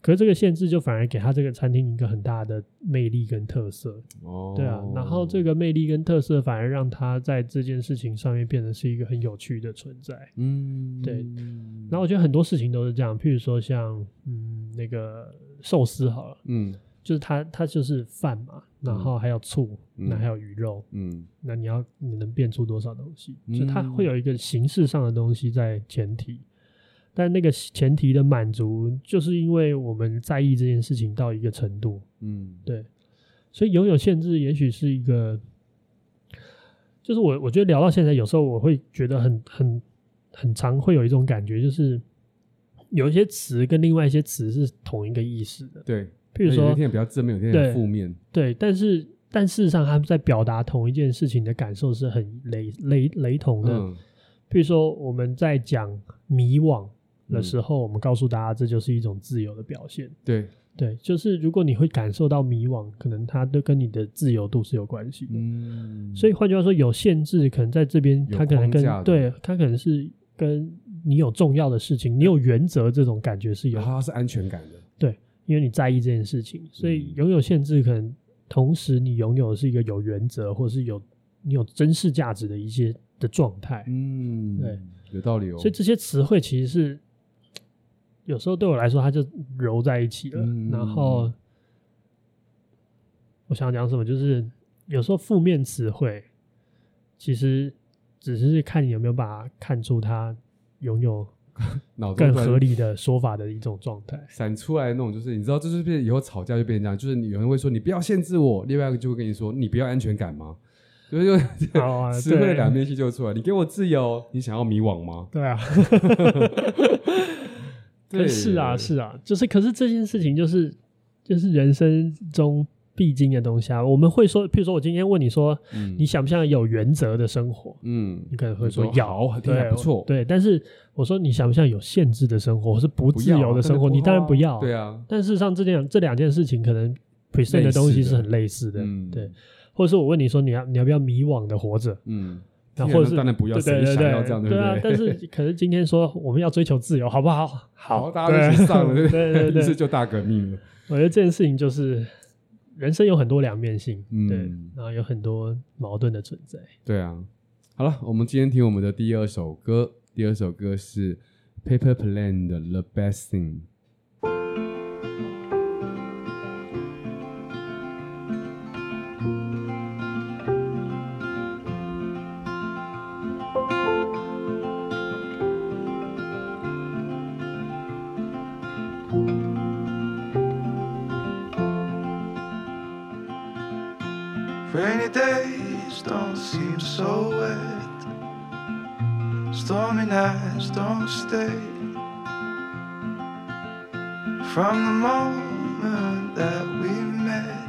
A: 可是这个限制就反而给他这个餐厅一个很大的魅力跟特色，
B: 哦，
A: 对啊。然后这个魅力跟特色反而让他在这件事情上面变得是一个很有趣的存在。
B: 嗯
A: 对，然后我觉得很多事情都是这样，譬如说像嗯那个寿司好了，
B: 嗯
A: 就是它它就是饭嘛，然后还有醋，
B: 嗯
A: 那还有鱼肉，
B: 嗯
A: 那你要你能变出多少东西？
B: 嗯
A: 就它会有一个形式上的东西在前提，但那个前提的满足，就是因为我们在意这件事情到一个程度，
B: 嗯，
A: 对，所以拥有限制也许是一个，就是我我觉得聊到现在，有时候我会觉得很很很常会有一种感觉，就是有一些词跟另外一些词是同一个意思的，
B: 对。
A: 譬如
B: 那有
A: 说
B: 一天比较正面，有一天
A: 对
B: 很负面，
A: 对，但是但事实上他们在表达同一件事情的感受是很雷雷雷同的。
B: 嗯，
A: 譬如说我们在讲迷惘
B: 嗯
A: 的时候，我们告诉大家这就是一种自由的表现。
B: 对，
A: 对，就是如果你会感受到迷惘，可能它都跟你的自由度是有关系的。
B: 嗯，
A: 所以换句话说，有限制可能在这边，
B: 有
A: 它可能
B: 框架的
A: 跟对它可能是跟你有重要的事情，你有原则这种感觉是有
B: 然后它是安全感的，
A: 因为你在意这件事情，所以
B: 嗯
A: 拥有限制可能同时你拥有的是一个有原则，或是有你有珍视价值的一些的状态。
B: 嗯，
A: 对，
B: 有道理哦。
A: 所以这些词汇其实是有时候对我来说，它就揉在一起了。
B: 嗯
A: 然后我想讲什么，就是有时候负面词汇其实只是看你有没有把它看出它拥有
B: 脑中
A: 更
B: 突然
A: 合理的说法的一种状态。
B: 闪出来那种，就是你知道，这就是变以后吵架就变成这样，就是你有人会说你不要限制我，另外一个就会跟你说你不要安全感吗？就是就
A: 好啊，
B: 词汇的
A: 对
B: 两面性就会出来，你给我自由，你想要迷惘吗？
A: 对啊，
B: 对
A: 可是啊，是啊，就是可是这件事情就是就是人生中必经的东西啊。我们会说，譬如说我今天问你说，
B: 嗯
A: 你想不想有原则的生活？
B: 嗯
A: 你可能会
B: 你
A: 说
B: 说
A: 要
B: 好，听起来
A: 对，
B: 不错
A: 对。但是我说你想不想有限制的生活，或是不
B: 不
A: 自
B: 要啊
A: 由的生活？
B: 真
A: 你当然不要啊。
B: 对啊，
A: 但事实上，这两这两件事情可能 present
B: 类
A: 的
B: 似
A: 东西是
B: 的
A: 很类似的，
B: 嗯
A: 对。或者是我问你说你要你要不要迷惘的活着？
B: 嗯，
A: 那
B: 听起来
A: 或者是
B: 当然不要，
A: 对
B: 谁
A: 对
B: 想
A: 对
B: 要这样，
A: 对
B: 不
A: 啊，但是可是今天说我们要追求自由，好不好？
B: 好，大家都一起
A: 对啊
B: 上了，对
A: 对对
B: 于
A: 对
B: 是就大革命了。
A: 我觉得这件事情就是人生有很多两面性，
B: 嗯
A: 对，然后有很多矛盾的存在。
B: 对啊，好了，我们今天听我们的第二首歌，第二首歌是 Paper Plane 的《The Best Thing》。
C: Rainy days don't seem so wet. Stormy nights don't stay. From the moment that we met,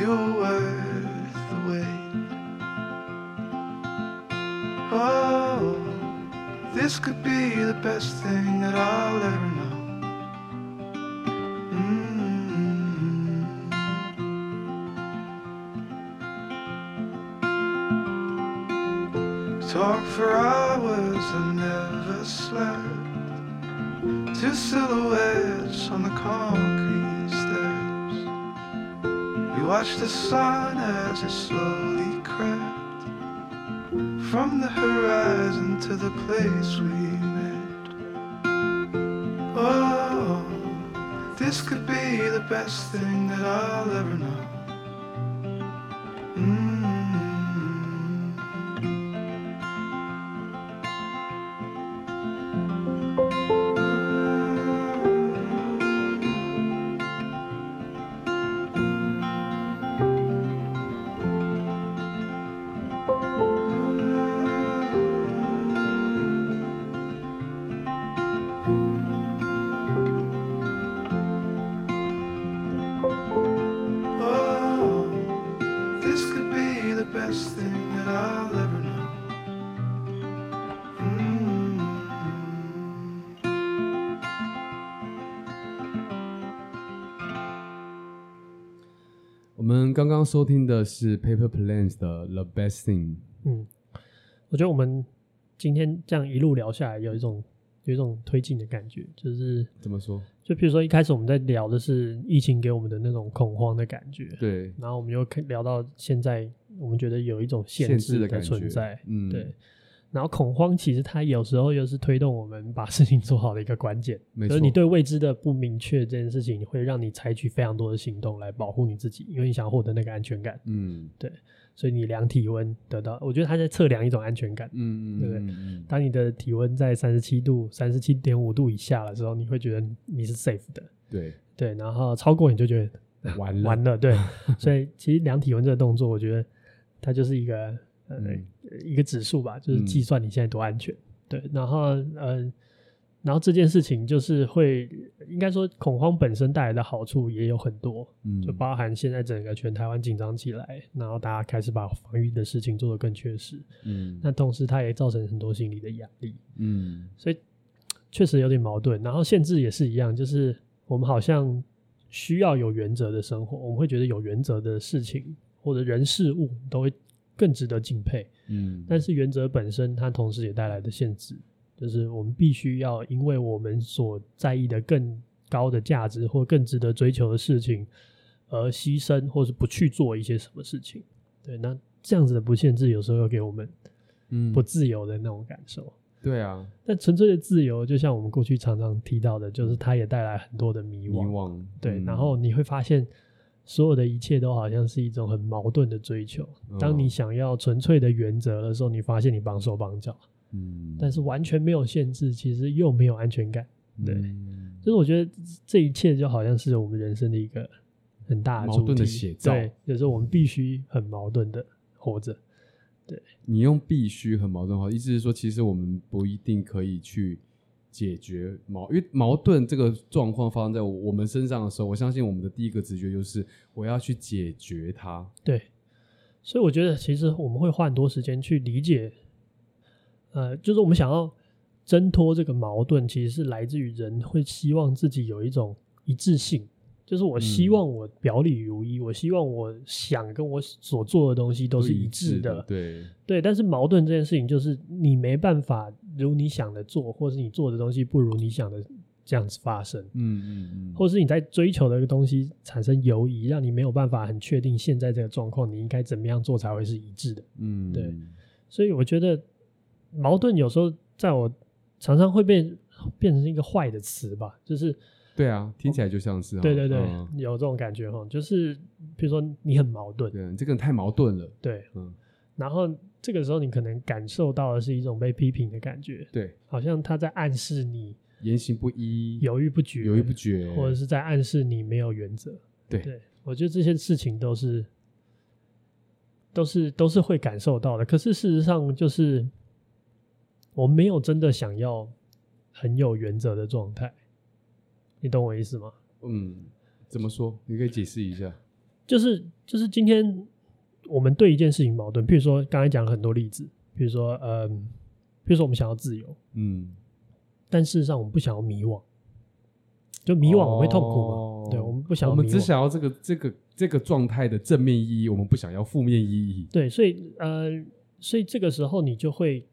C: you were worth the wait. Oh, this could be the best thing that I'll ever know. mm Talk for hours I never slept. Two silhouettes on the concrete steps. We watched the sun as it slowly crept from the horizon to the place we met. Oh, this could be the best thing that I'll ever know. mm Oh, this could be the best thing that I'll ever know. Mm.
B: 我们刚刚收听的是 Paper Planes 的《The Best Thing》。
A: 嗯，我觉得我们今天这样一路聊下来，有一种有一种推进的感觉，就是
B: 怎么说？
A: 就比如说一开始我们在聊的是疫情给我们的那种恐慌的感觉，
B: 对，
A: 然后我们又可以聊到现在，我们觉得有一种
B: 限
A: 限
B: 制的
A: 制
B: 感觉
A: 存在，
B: 嗯
A: 对。然后恐慌其实它有时候又是推动我们把事情做好的一个关键，
B: 没
A: 就
B: 错
A: 是你对未知的不明确这件事情，会让你采取非常多的行动来保护你自己，因为你想获得那个安全感。
B: 嗯，
A: 所以你量体温得到，我觉得他在测量一种安全感。
B: 嗯嗯，
A: 对不对
B: 嗯？嗯
A: 当你的体温在三十七度、三十七点五度以下的时候，你会觉得你是 safe 的，
B: 对，
A: 对。然后超过你就觉得
B: 完了，
A: 完了，对。所以其实量体温这个动作，我觉得它就是一个呃、
B: 嗯
A: 一个指数吧，就是
B: 嗯
A: 计算你现在多安全。对，然后呃，然后这件事情就是会，应该说恐慌本身带来的好处也有很多，
B: 嗯，
A: 就包含现在整个全台湾紧张起来，然后大家开始把防御的事情做得更确实，
B: 嗯
A: 那同时它也造成很多心理的压力。
B: 嗯
A: 所以确实有点矛盾。然后限制也是一样，就是我们好像需要有原则的生活，我们会觉得有原则的事情或者人事物都会更值得敬佩。
B: 嗯，
A: 但是原则本身，它同时也带来的限制，就是我们必须要因为我们所在意的更高的价值或更值得追求的事情，而牺牲或是不去做一些什么事情。对，那这样子的不限制，有时候又给我们
B: 嗯
A: 不自由的那种感受。
B: 对啊，
A: 但纯粹的自由，就像我们过去常常提到的，就是它也带来很多的迷
B: 遗
A: 惘。
B: 忘
A: 对，
B: 嗯
A: 然后你会发现，所有的一切都好像是一种很矛盾的追求。当你
B: 哦
A: 想要纯粹的原则的时候，你发现你绑手绑脚，
B: 嗯，
A: 但是完全没有限制，其实又没有安全感。对
B: 嗯
A: 就是我觉得这一切就好像是我们人生的一个很大的
B: 矛
A: 主
B: 盾的
A: 题
B: 写照
A: 对，有时候我们必须很矛盾的活着。
B: 你用必须很矛盾化，意思是说，其实我们不一定可以去解决矛，因为矛盾这个状况发生在我我们身上的时候，我相信我们的第一个直觉就是我要去解决它。
A: 对，所以我觉得其实我们会花很多时间去理解，呃，就是我们想要挣脱这个矛盾，其实是来自于人会希望自己有一种一致性，就是我希
B: 嗯
A: 望我表里如一，我希望我想跟我所做的东西都是一致的，
B: 对，
A: 对。但是矛盾这件事情，就是你没办法如你想的做，或是你做的东西不如你想的这样子发生。
B: 嗯嗯嗯，
A: 或是你在追求的一个东西产生犹疑，让你没有办法很确定现在这个状况你应该怎么样做才会是一致的。
B: 嗯
A: 对，所以我觉得矛盾有时候在我常常会变变成一个坏的词吧，就是
B: 对啊，听起来就像是哦
A: 对对对，
B: 嗯
A: 有这种感觉哈，就是比如说你很矛盾，
B: 对，你这个人太矛盾了，
A: 对，
B: 嗯，
A: 然后这个时候你可能感受到的是一种被批评的感觉，
B: 对，
A: 好像他在暗示你
B: 言行不一，
A: 犹豫不决，
B: 犹豫不决，
A: 或者是在暗示你没有原则。
B: 嗯对
A: 我觉得这些事情都是都是都是会感受到的。可是事实上，就是我没有真的想要很有原则的状态，你懂我意思吗？
B: 嗯，怎么说？你可以解释一下。
A: 就是就是今天我们对一件事情矛盾，譬如说刚才讲了很多例子，比如说嗯，比如说我们想要自由，
B: 嗯，
A: 但事实上我们不想要迷惘，就迷惘我们会痛苦嘛？
B: 哦
A: 对，我们不想
B: 我
A: 要
B: 们
A: 迷
B: 只
A: 惘
B: 想要这个这个这个状态的正面意义，我们不想要负面意义。
A: 对，所以呃，所以这个时候你就会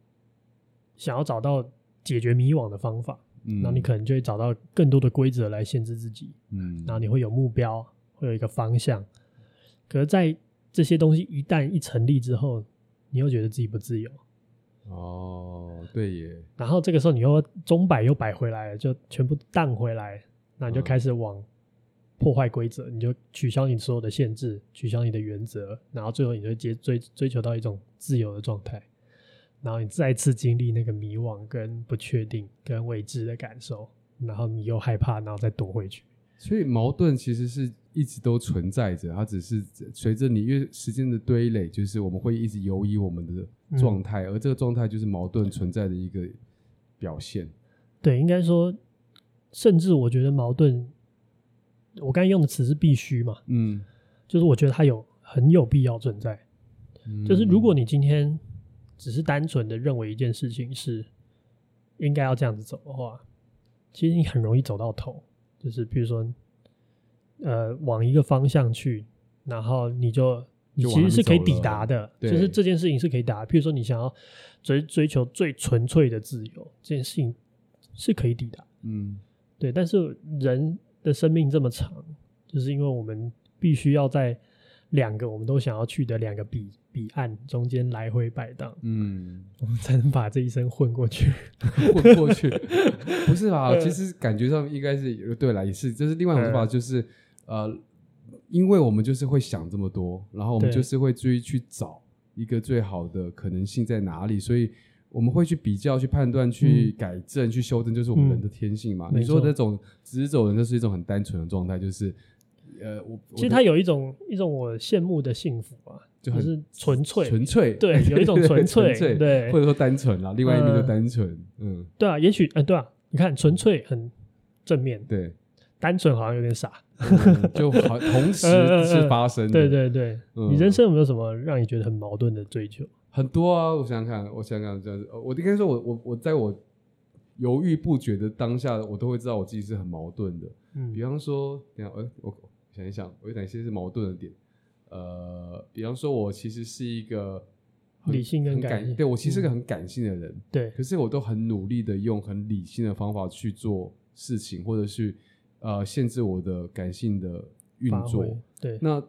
A: 想要找到解决迷惘的方法，
B: 嗯
A: 然后你可能就会找到更多的规则来限制自己，
B: 嗯，
A: 然后你会有目标，会有一个方向。可是，在这些东西一旦一成立之后，你又觉得自己不自由，
B: 哦，对耶，
A: 然后这个时候你又钟摆又摆回来了，就全部荡回来，那你就
B: 嗯
A: 开始往破坏规则，你就取消你所有的限制，取消你的原则，然后最后你就接追追求到一种自由的状态，然后你再次经历那个迷惘、跟不确定、跟未知的感受，然后你又害怕，然后再躲回去。
B: 所以矛盾其实是一直都存在着，它只是随着你因为时间的堆垒，就是我们会一直游移我们
A: 嗯
B: 的状态，而这个状态就是矛盾存在的一个表现。
A: 对，应该说，甚至我觉得矛盾，我刚才用的词是必须嘛，
B: 嗯，
A: 就是我觉得它有很有必要存在。
B: 嗯
A: 就是如果你今天只是单纯的认为一件事情是应该要这样子走的话，其实你很容易走到头。就是比如说，呃，往一个方向去，然后你就你
B: 就
A: 其
B: 往那
A: 实
B: 边
A: 是可以
B: 走
A: 抵
B: 了
A: 达的，就
B: 对
A: 是这件事情是可以达。譬如说，你想要追追求最纯粹的自由，这件事情是可以抵达的。
B: 嗯
A: 对，但是人的生命这么长，就是因为我们必须要在两个我们都想要去的两个彼彼岸中间来回摆荡，
B: 嗯，
A: 我们才能把这一生混过去。
B: 混 过去，不
A: 嗯
B: 呃是吧？其实感觉上应该是对啦，也是，这是另外一种说法，
A: 嗯
B: 就是呃，因为我们就是会想这么多，然后我们
A: 对
B: 就是会去去找一个最好的可能性在哪里，所以我们会去比较、去判断、去改正、去修正，就是我们人的天性嘛。
A: 嗯
B: 你说
A: 没错
B: 那种直走人，就是一种很单纯的状态，就是呃，我
A: 其实他有一种一种我羡慕的幸福啊，
B: 就
A: 就
B: 很
A: 是纯粹，
B: 纯粹，
A: 对有一种纯粹
B: 纯
A: 对
B: 或者说单纯啦，另外一面就
A: 嗯
B: 单纯，嗯，
A: 对啊，也许，嗯、对啊，你看纯粹很正面，
B: 对，
A: 单纯好像有点傻，
B: 嗯就好同时
A: 嗯嗯嗯
B: 是发生的，
A: 对对对，
B: 嗯
A: 你人生有没有什么让你觉得很矛盾的追求？
B: 很多啊，我想想看，我想想看，就是呃我应该说我，我我在我犹豫不决的当下，我都会知道我自己是很矛盾的。
A: 嗯
B: 比，方说，等一下，哎、我我想一想，我有哪些是矛盾的点？呃，比方说，我其实是一个很
A: 理性跟
B: 很
A: 感
B: 感
A: 性
B: 对我其实是个
A: 嗯
B: 很感性的人，
A: 对，
B: 可是我都很努力的用很理性的方法去做事情，或者是呃限制我的感性的运
A: 发
B: 作
A: 挥。，对，
B: 那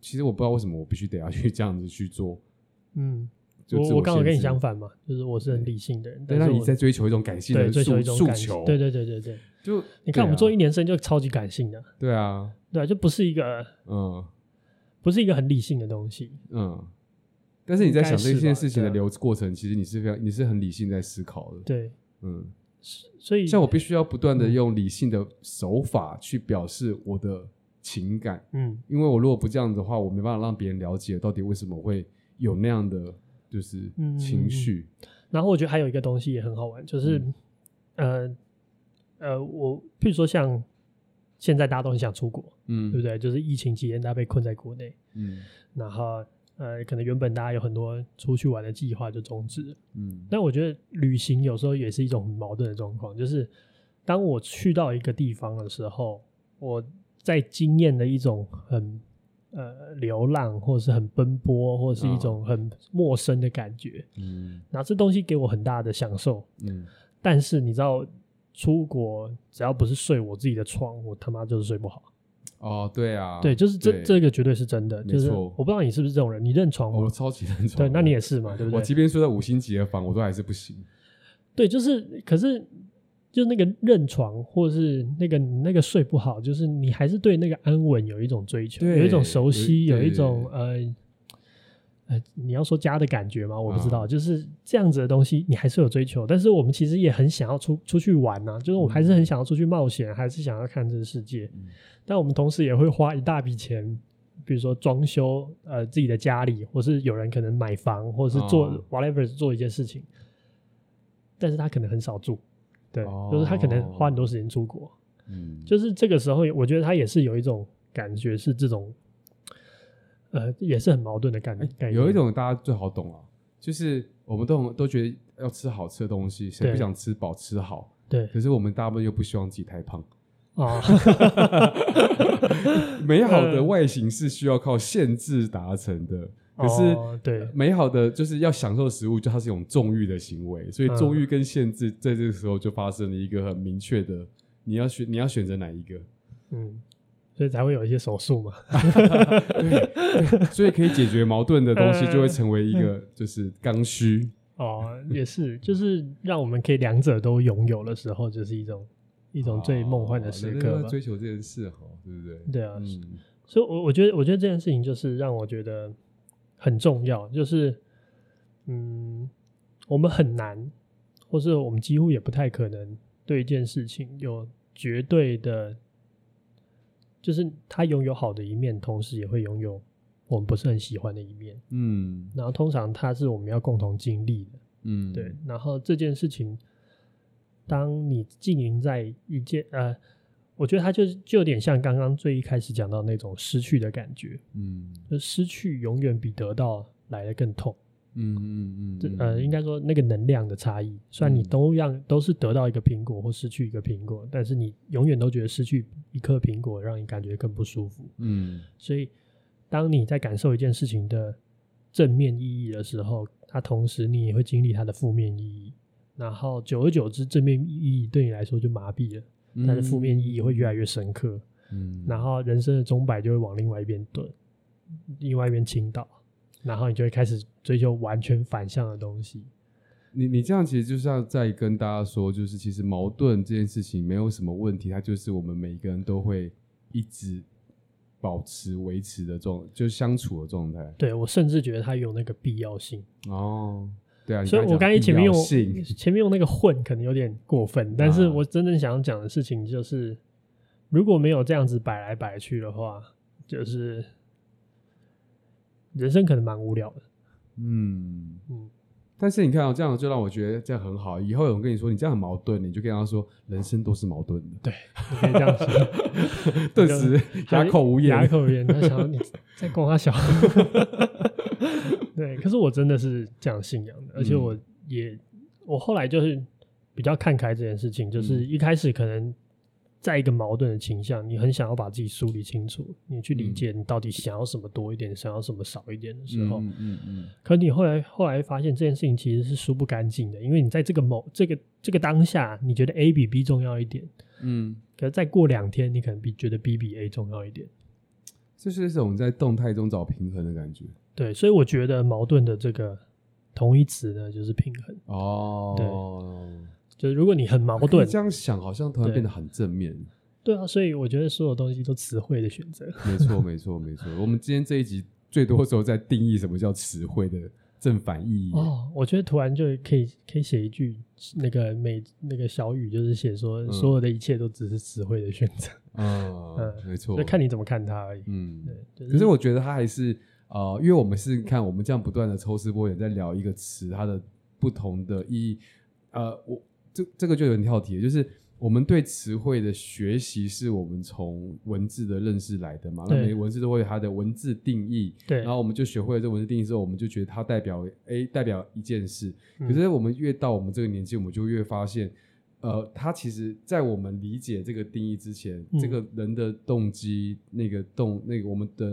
B: 其实我不知道为什么我必须得要去这样子去做。
A: 嗯，
B: 就自
A: 我我刚好跟你
B: 限制
A: 相反嘛，就是我是很理性的人，
B: 对，
A: 但
B: 那
A: 是
B: 你
A: 我
B: 在追求一种感性
A: 对
B: 的
A: 追求
B: 诉
A: 一种
B: 诉
A: 感
B: 求，啊
A: 对对对对对，
B: 就
A: 你看我们做一
B: 年，
A: 年生就超级感性的，
B: 对啊，
A: 对啊，就不是一个
B: 嗯
A: 不是一个很理性的东西，
B: 嗯，但是你在想
A: 应该是
B: 这件
A: 吧
B: 事情的
A: 对啊
B: 流过程，其实你是非常你是很理性在思考的，
A: 对，
B: 嗯，
A: 所以
B: 像我必须要不断的用理性的手法去表示我的情感，
A: 嗯，
B: 因为我如果不这样的话，我没办法让别人了解到底为什么会有那样的就是
A: 嗯
B: 情绪，
A: 然后我觉得还有一个东西也很好玩，就是、
B: 嗯
A: 呃呃，我譬如说像现在大家都很想出国，
B: 嗯，
A: 对不对？就是疫情期间大家被困在国内，
B: 嗯
A: 然后呃，可能原本大家有很多出去玩的计划就终止了。
B: 嗯
A: 但我觉得旅行有时候也是一种很矛盾的状况，就是当我去到一个地方的时候，我在经验的一种很呃流浪，或者是很奔波，或者是一种很陌生的感觉。
B: 嗯
A: 那这东西给我很大的享受，
B: 嗯，
A: 但是你知道，出国只要不是睡我自己的床，我他妈就是睡不好。
B: 哦，对啊，
A: 对，就是这
B: 对
A: 这个绝对是真的，
B: 没
A: 就是
B: 错
A: 我不知道你是不是这种人，你认床
B: 我
A: 吗？
B: 超级认同，
A: 对，那你也是嘛，对不
B: 我即
A: 对？
B: 便睡在五星级的房，我都还是不行。
A: 对，就是可是就那个认床，或是那个那个睡不好，就是你还是对那个安稳有一种追求，
B: 对
A: 有一种熟悉，
B: 有
A: 有
B: 对
A: 一种呃呃，你要说家的感觉吗？我不知道，
B: 啊
A: 就是这样子的东西，你还是有追求，但是我们其实也很想要出出去玩呐、就是我们还
B: 嗯
A: 是很想要出去冒险，还是想要看这个世界。但我们同时也会花一大笔钱，比如说装修呃自己的家里，或是有人可能买房，或者是做、
B: 哦
A: whatever 做一件事情，但是他可能很少住，对，
B: 哦
A: 就是他可能花很多时间出国，
B: 嗯，
A: 就是这个时候，我觉得他也是有一种感觉是这种，呃，也是很矛盾的感感
B: 哎有一种大家最好懂啊，就是我们都很都觉得要吃好吃的东西，谁不
A: 对
B: 想吃饱吃好？
A: 对
B: 可是我们大部分又不希望自己 太胖。
A: 啊，
B: 美好的
A: 嗯
B: 外形是需要靠限制达成的，可
A: 哦
B: 是
A: 对
B: 美好的就是要享受食物，就它是一种纵欲的行为，所以
A: 嗯
B: 纵欲跟限制在这个时候就发生了一个很明确的，你要选你要选择哪一个。
A: 嗯，所以才会有一些手术嘛，
B: 所以可以解决矛盾的东西，
A: 嗯
B: 就会成为一个就是刚需。
A: 哦，也是，就是让我们可以两者都拥有的时候，就是一种一种最梦幻的时
B: 哦人
A: 刻吧
B: 都在。追求这件事哈，对不对？
A: 对啊，
B: 嗯
A: 所以我我觉得，我觉得这件事情就是让我觉得很重要，就是嗯，我们很难，或是我们几乎也不太可能对一件事情有绝对的，就是它拥有好的一面，同时也会拥有我们不是很喜欢的一面。
B: 嗯
A: 然后通常它是我们要共同经历的。
B: 嗯，
A: 对，然后这件事情，当你经营在一件呃，我觉得它就是就有点像刚刚最一开始讲到那种失去的感觉，
B: 嗯
A: 就失去永远比得到来的更痛。
B: 嗯嗯嗯，
A: 这呃，应
B: 该
A: 该说那个能量的差异，虽然你
B: 嗯
A: 都让都是得到一个苹果或失去一个苹果，但是你永远都觉得失去一颗苹果让你感觉更不舒服。
B: 嗯
A: 所以，当你在感受一件事情的正面意义的时候，它同时你也会经历它的负面意义，然后久而久之，正面意义对你来说就麻痹了，但是负面意义会越来越深刻，
B: 嗯，
A: 然后人生的钟摆就会往另外一边顿，另外一边倾倒，然后你就会开始追求完全反向的东西。
B: 你你这样其实就是要再跟大家说，就是其实矛盾这件事情没有什么问题，它就是我们每一个人都会一直保持维持的状，就是相处的状态。
A: 对我甚至觉得它有那个必要性。
B: 哦，对啊，你
A: 所以我刚
B: 刚
A: 才前面用
B: 讲必要性
A: 前面用那个混可能有点过分，但是
B: 啊
A: 我真正想要讲的事情就是，如果没有这样子摆来摆去的话，就是人生可能蛮无聊的。
B: 嗯
A: 嗯
B: 但是你看啊、这样就让我觉得这样很好。以后有人跟你说你这样很矛盾，你就跟他说人生都是矛盾的，
A: 你可以这样说，
B: 顿时
A: 他
B: 哑口无言。
A: 哑口无言。他想要你在光他小， 对。可是我真的是这样信仰的，而且
B: 嗯
A: 我也、我后来就是比较看开这件事情，就是
B: 嗯
A: 一开始可能在一个矛盾的倾向，你很想要把自己梳理清楚，你去理
B: 嗯
A: 解你到底想要什么多一点，想要什么少一点的时
B: 嗯
A: 候，
B: 嗯嗯嗯，
A: 可你后来后来发现这件事情其实是梳不干净的，因为你在这个某这个这个当下，你觉得 A 比 B 重要一点。
B: 嗯，
A: 可是再过两天，你可能比觉得 B 比 A 重要一点。
B: 这是一种在动态中找平衡的感觉。
A: 对，所以我觉得矛盾的这个同义词呢，就是平衡。
B: 哦，
A: 就是如果你很矛
B: 可
A: 盾
B: 是，这样想好像突然
A: 对
B: 变得很正面。
A: 对啊，所以我觉得所有东西都词汇的选择。
B: 没错，没错，没错。我们今天这一集最多时候在定义什么叫词汇的正反意义。
A: 哦，我觉得突然就可以可以写一句那个美那个小语，就是写说、
B: 嗯
A: 所有的一切都只是词汇的选择，
B: 嗯
A: 嗯，
B: 没错。
A: 就看你怎么看它而已。
B: 嗯，
A: 对，
B: 可
A: 就是
B: 我觉得他还是呃，因为我们是看我们这样不断的抽丝剥茧，在聊一个词它的不同的意义。呃，我这这个就有点跳题了，就是我们对词汇的学习是我们从文字的认识来的嘛？那
A: 对
B: 每个文字都会有它的文字定义，
A: 对
B: 然后我们就学会了这文字定义之后，我们就觉得它代表 A 代表一件事。
A: 嗯
B: 可是我们越到我们这个年纪，我们就越发现，呃，它其实，在我们理解这个定义之前，
A: 嗯
B: 这个人的动机、那个动、那个我们的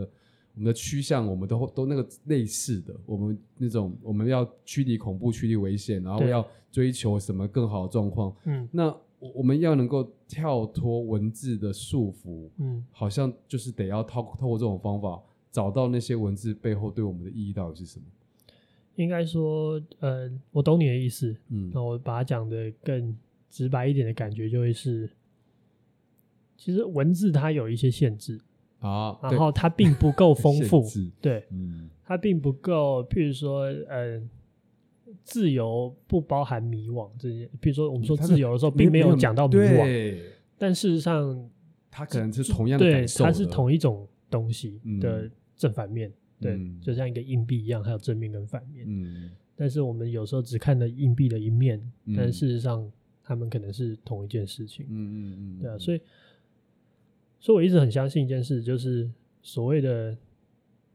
B: 我们的趋向，我们都都那个类似的。我们那种我们要驱离恐怖、驱离危险，然后
A: 对
B: 要追求什么更好的状况。
A: 嗯
B: 那我我们要能够跳脱文字的束缚，
A: 嗯
B: 好像就是得要透透过这种方法，找到那些文字背后对我们的意义到底是什么。
A: 应该说，呃，我懂你的意思。
B: 嗯
A: 那我把它讲的更直白一点的感觉，就会是，其实文字它有一些限制，
B: 啊，
A: 然
B: 对
A: 后它并不够丰富
B: 限，制
A: 对，
B: 嗯
A: 它并不够，譬如说，呃，自由不包含迷惘这些。譬如说，我们说
B: 它的
A: 自由的时候，并没有讲到迷惘，
B: 对，
A: 但事实上，
B: 他可能是同样的
A: 对，
B: 感受的，
A: 它是同一种东西的
B: 嗯
A: 正反面，对，
B: 嗯
A: 就像一个硬币一样，还有正面跟反面。
B: 嗯
A: 但是我们有时候只看了硬币的一面，
B: 嗯
A: 但事实上，他们可能是同一件事情
B: 嗯。嗯嗯，
A: 对啊，所以，所以我一直很相信一件事，就是所谓的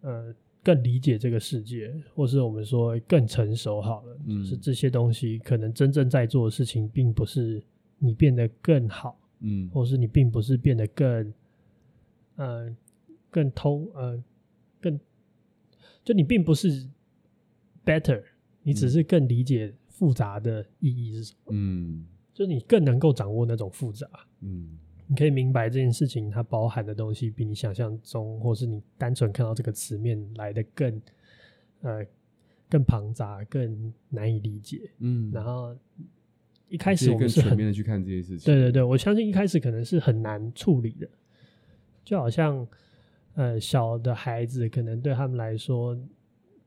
A: 呃，更理解这个世界，或是我们说更成熟好了，
B: 嗯
A: 就是这些东西可能真正在做的事情，并不是你变得更好，
B: 嗯
A: 或是你并不是变得更呃更通呃更，就你并不是 better，你只
B: 嗯
A: 是更理解复杂的意义是什么，
B: 嗯
A: 就是你更能够掌握那种复杂。
B: 嗯
A: 你可以明白这件事情它包含的东西比你想象中，或是你单纯看到这个词面来的更，呃，更庞杂、更难以理解。
B: 嗯，
A: 然后一
B: 开
A: 开始我
B: 更
A: 们是
B: 全
A: 很
B: 面的去看这些事情，
A: 对对对，我相信一开始可能是很难处理的，就好像呃小的孩子可能对他们来说，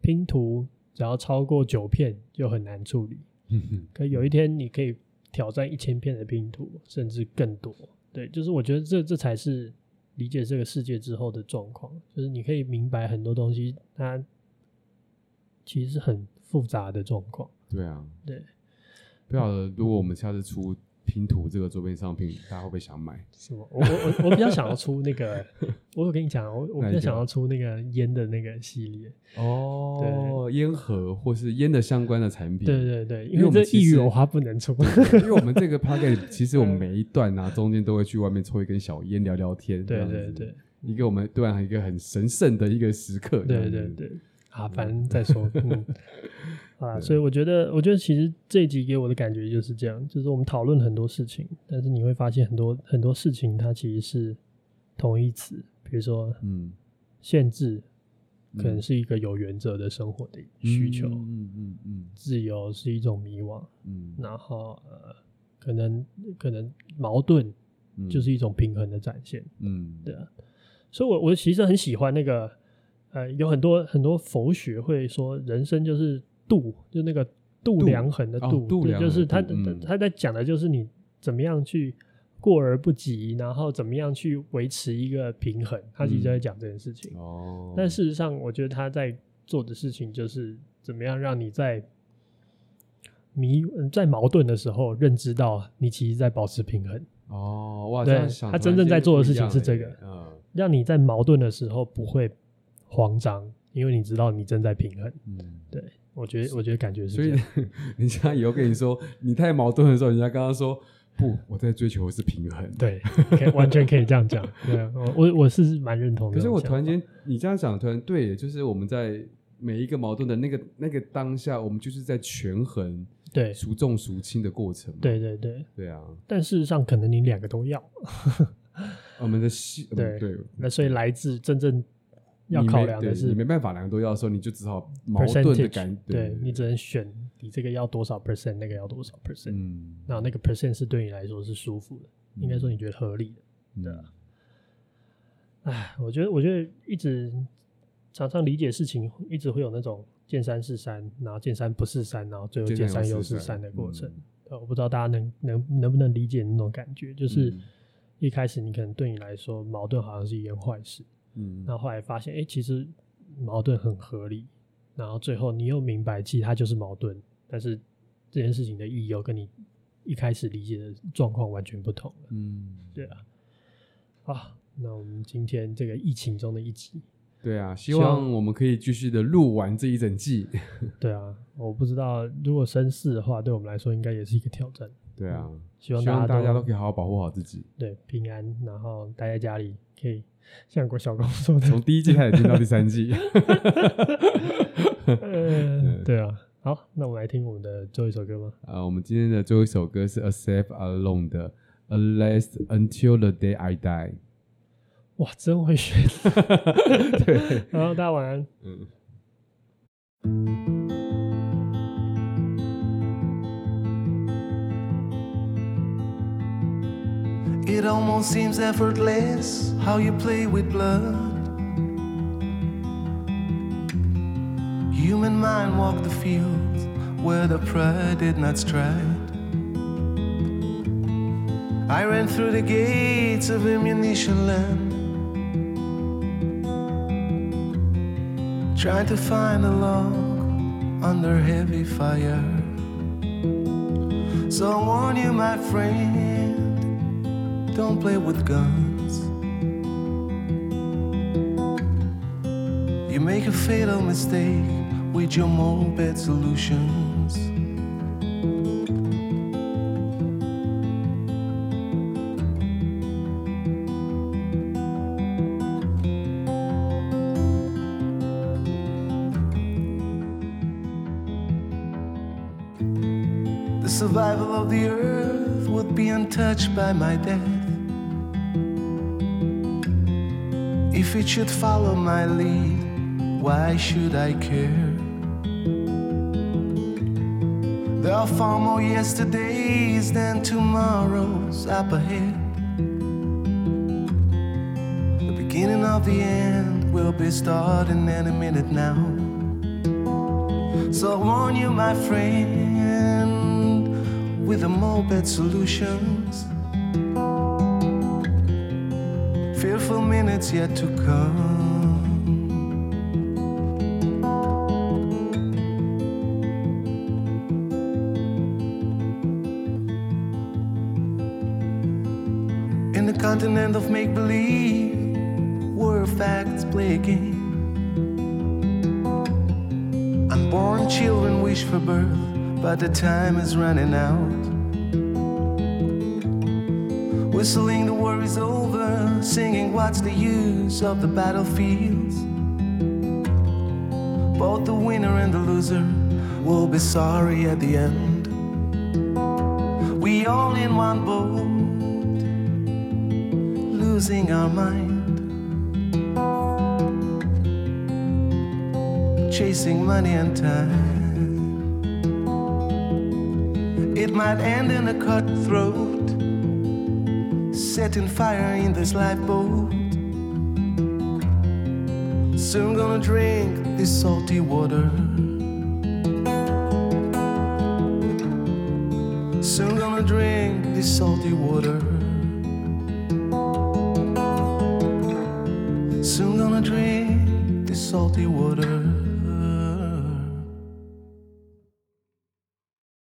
A: 拼图只要超过九片就很难处理，
B: 对，
A: 可有一天你可以挑战一千片的拼图，甚至更多。对，就是我觉得这这才是理解这个世界之后的状况，就是你可以明白很多东西，它其实是很复杂的状况。
B: 对啊，
A: 对，
B: 不晓得如果我们下次出拼图这个周边商品，大家会不会想买？
A: 是吗？我我我我比较想要出那 个，我有跟你讲，啊我我比较想要出那个烟的那个系列。
B: 哦，烟盒或是烟的相关的产品，
A: 对对对，
B: 因为
A: 因为
B: 我
A: 这
B: 们其
A: 一语
B: 实
A: 我花不能出。
B: 因为我们这个 p o c k e t 其实我们每一段啊，中间都会去外面抽一根小烟聊聊天，这
A: 对
B: 样子
A: 对对，
B: 一个我们对啊然一个很神圣的一个时刻，这样
A: 对
B: 子
A: 对，对，啊，反正再说， 嗯，啊，所以我觉得，我觉得其实这一集给我的感觉就是这样，就是我们讨论很多事情，但是你会发现很多很多事情它其实是同义词，比如说
B: 嗯，
A: 限制，可
B: 嗯
A: 能是一个有原则的生活的需求，
B: 嗯嗯嗯
A: 自由是一种迷惘，
B: 嗯
A: 然后呃，可能可能矛盾
B: 嗯
A: 就是一种平衡的展现，
B: 嗯
A: 对啊，所以我我其实很喜欢那个呃，有很多很多佛学会说人生就是度，就那个度
B: 度
A: 量衡的
B: 哦
A: 度，
B: 度
A: 对
B: 量
A: 就是
B: 衡
A: 他、
B: 度嗯
A: 他在讲的就是你怎么样去过而不及，然后怎么样去维持一个平衡，他其实在讲这件事情。
B: 嗯哦，
A: 但事实上，我觉得他在做的事情就是怎么样让你在迷嗯在矛盾的时候认知到你其实在保持平衡，
B: 哦，哇，
A: 对
B: 这样想
A: 他
B: 突然
A: 真正
B: 间
A: 在
B: 就
A: 做的
B: 不
A: 事
B: 一
A: 情
B: 样
A: 是
B: 了
A: 这
B: 耶
A: 个
B: 嗯
A: 让你在矛盾的时候不会慌张，因为你知道你正在平衡。
B: 嗯，
A: 对我觉得，我觉得感觉是
B: 所
A: 这
B: 以
A: 样。
B: 人家以后跟你说你太矛盾的时候，人家刚刚说不，我在追求的是平衡。，
A: 对，可以完全可以这样 讲。对啊，我我我是蛮认同的。
B: 可是我突然，间你这样讲，突然对耶，就是我们在每一个矛盾的那个那个当下，我们就是在权衡
A: 对
B: 孰重孰轻的过程嘛。
A: 对对对，
B: 对啊，
A: 但事实上可能你两个都要，
B: 我们的戏嗯
A: 对
B: 对，
A: 那所以来自真正要
B: 你
A: 考
B: 没
A: 量
B: 对
A: 的
B: 你
A: 是
B: 没办法两个都要的时候，你就只好矛盾的
A: percentage，
B: 感，
A: 对你只能选你这个要多少 percent，那个要多少 percent，
B: 嗯，
A: 然后那个 percent 是对你来说是舒服的，应该说你觉得合理的。
B: 对
A: 啊唉，我觉得，我觉得一直常常理解事情，一直会有那种见山是山，然后见山不是山，然后最后
B: 见
A: 见
B: 山
A: 山
B: 又
A: 又是
B: 是山
A: 山的过程。
B: 嗯
A: 呃我不知道大家能能能不能理解那种感觉，就是
B: 嗯
A: 一开始你可能对你来说矛盾好像是一件坏事，
B: 嗯
A: 然后后来发现，哎、其实矛盾很合理，然后最后你又明白，其实它就是矛盾，但是这件事情的意义又跟你一开始理解的状况完全不同了。
B: 嗯，
A: 对啊，啊，那我们今天这个疫情中的一集，
B: 对啊，希
A: 望
B: 望我们可以继续的录完这一整季。
A: 对啊，我不知道如果升四的话，对我们来说应该也是一个挑战。
B: 对啊，
A: 希望
B: 希望
A: 大
B: 大家
A: 家
B: 都可
A: 以
B: 以好好保护好自己。
A: 对平安，然后待在家里可以像郭小刚说的，
B: 从第一季开始听到第三 季，嗯
A: 呃，对啊。好，那我们来听我们的最后一首歌吗？
B: 啊，我们今天的最后一首歌是 A Safe Alone 的《Unless Until the Day I Die
A: 哇，真会 选。》。
B: 对，
A: 然后大家晚安。
B: 嗯。
C: It almost seems effortless how you play with blood. Human mind walked the fields where the pride did not stride. I ran through the gates of ammunition land, trying to find a log under heavy fire. So I warn you, my friend, don't play with guns. You make a fatal mistake with your moped solutions. The survival of the earth would be untouched by my death. If it should follow my lead, why should I care? There are far more yesterdays than tomorrows up ahead. The beginning of the end will be starting any minute now. So I warn you, my friend, with the moped solutions. Fearful minutes yet to come. In the continent of make believe, where facts play a game. Unborn children wish for birth, but the time is running out. Whistling the war is over, singing what's the use of the battlefields. Both the winner and the loser will be sorry at the end. We all in one boat, losing our mind. chasing money and time. It might end in a cutthroat, setting fire in this lifeboat. Soon gonna drink this salty water. Soon gonna drink this salty water. Soon gonna drink this salty water.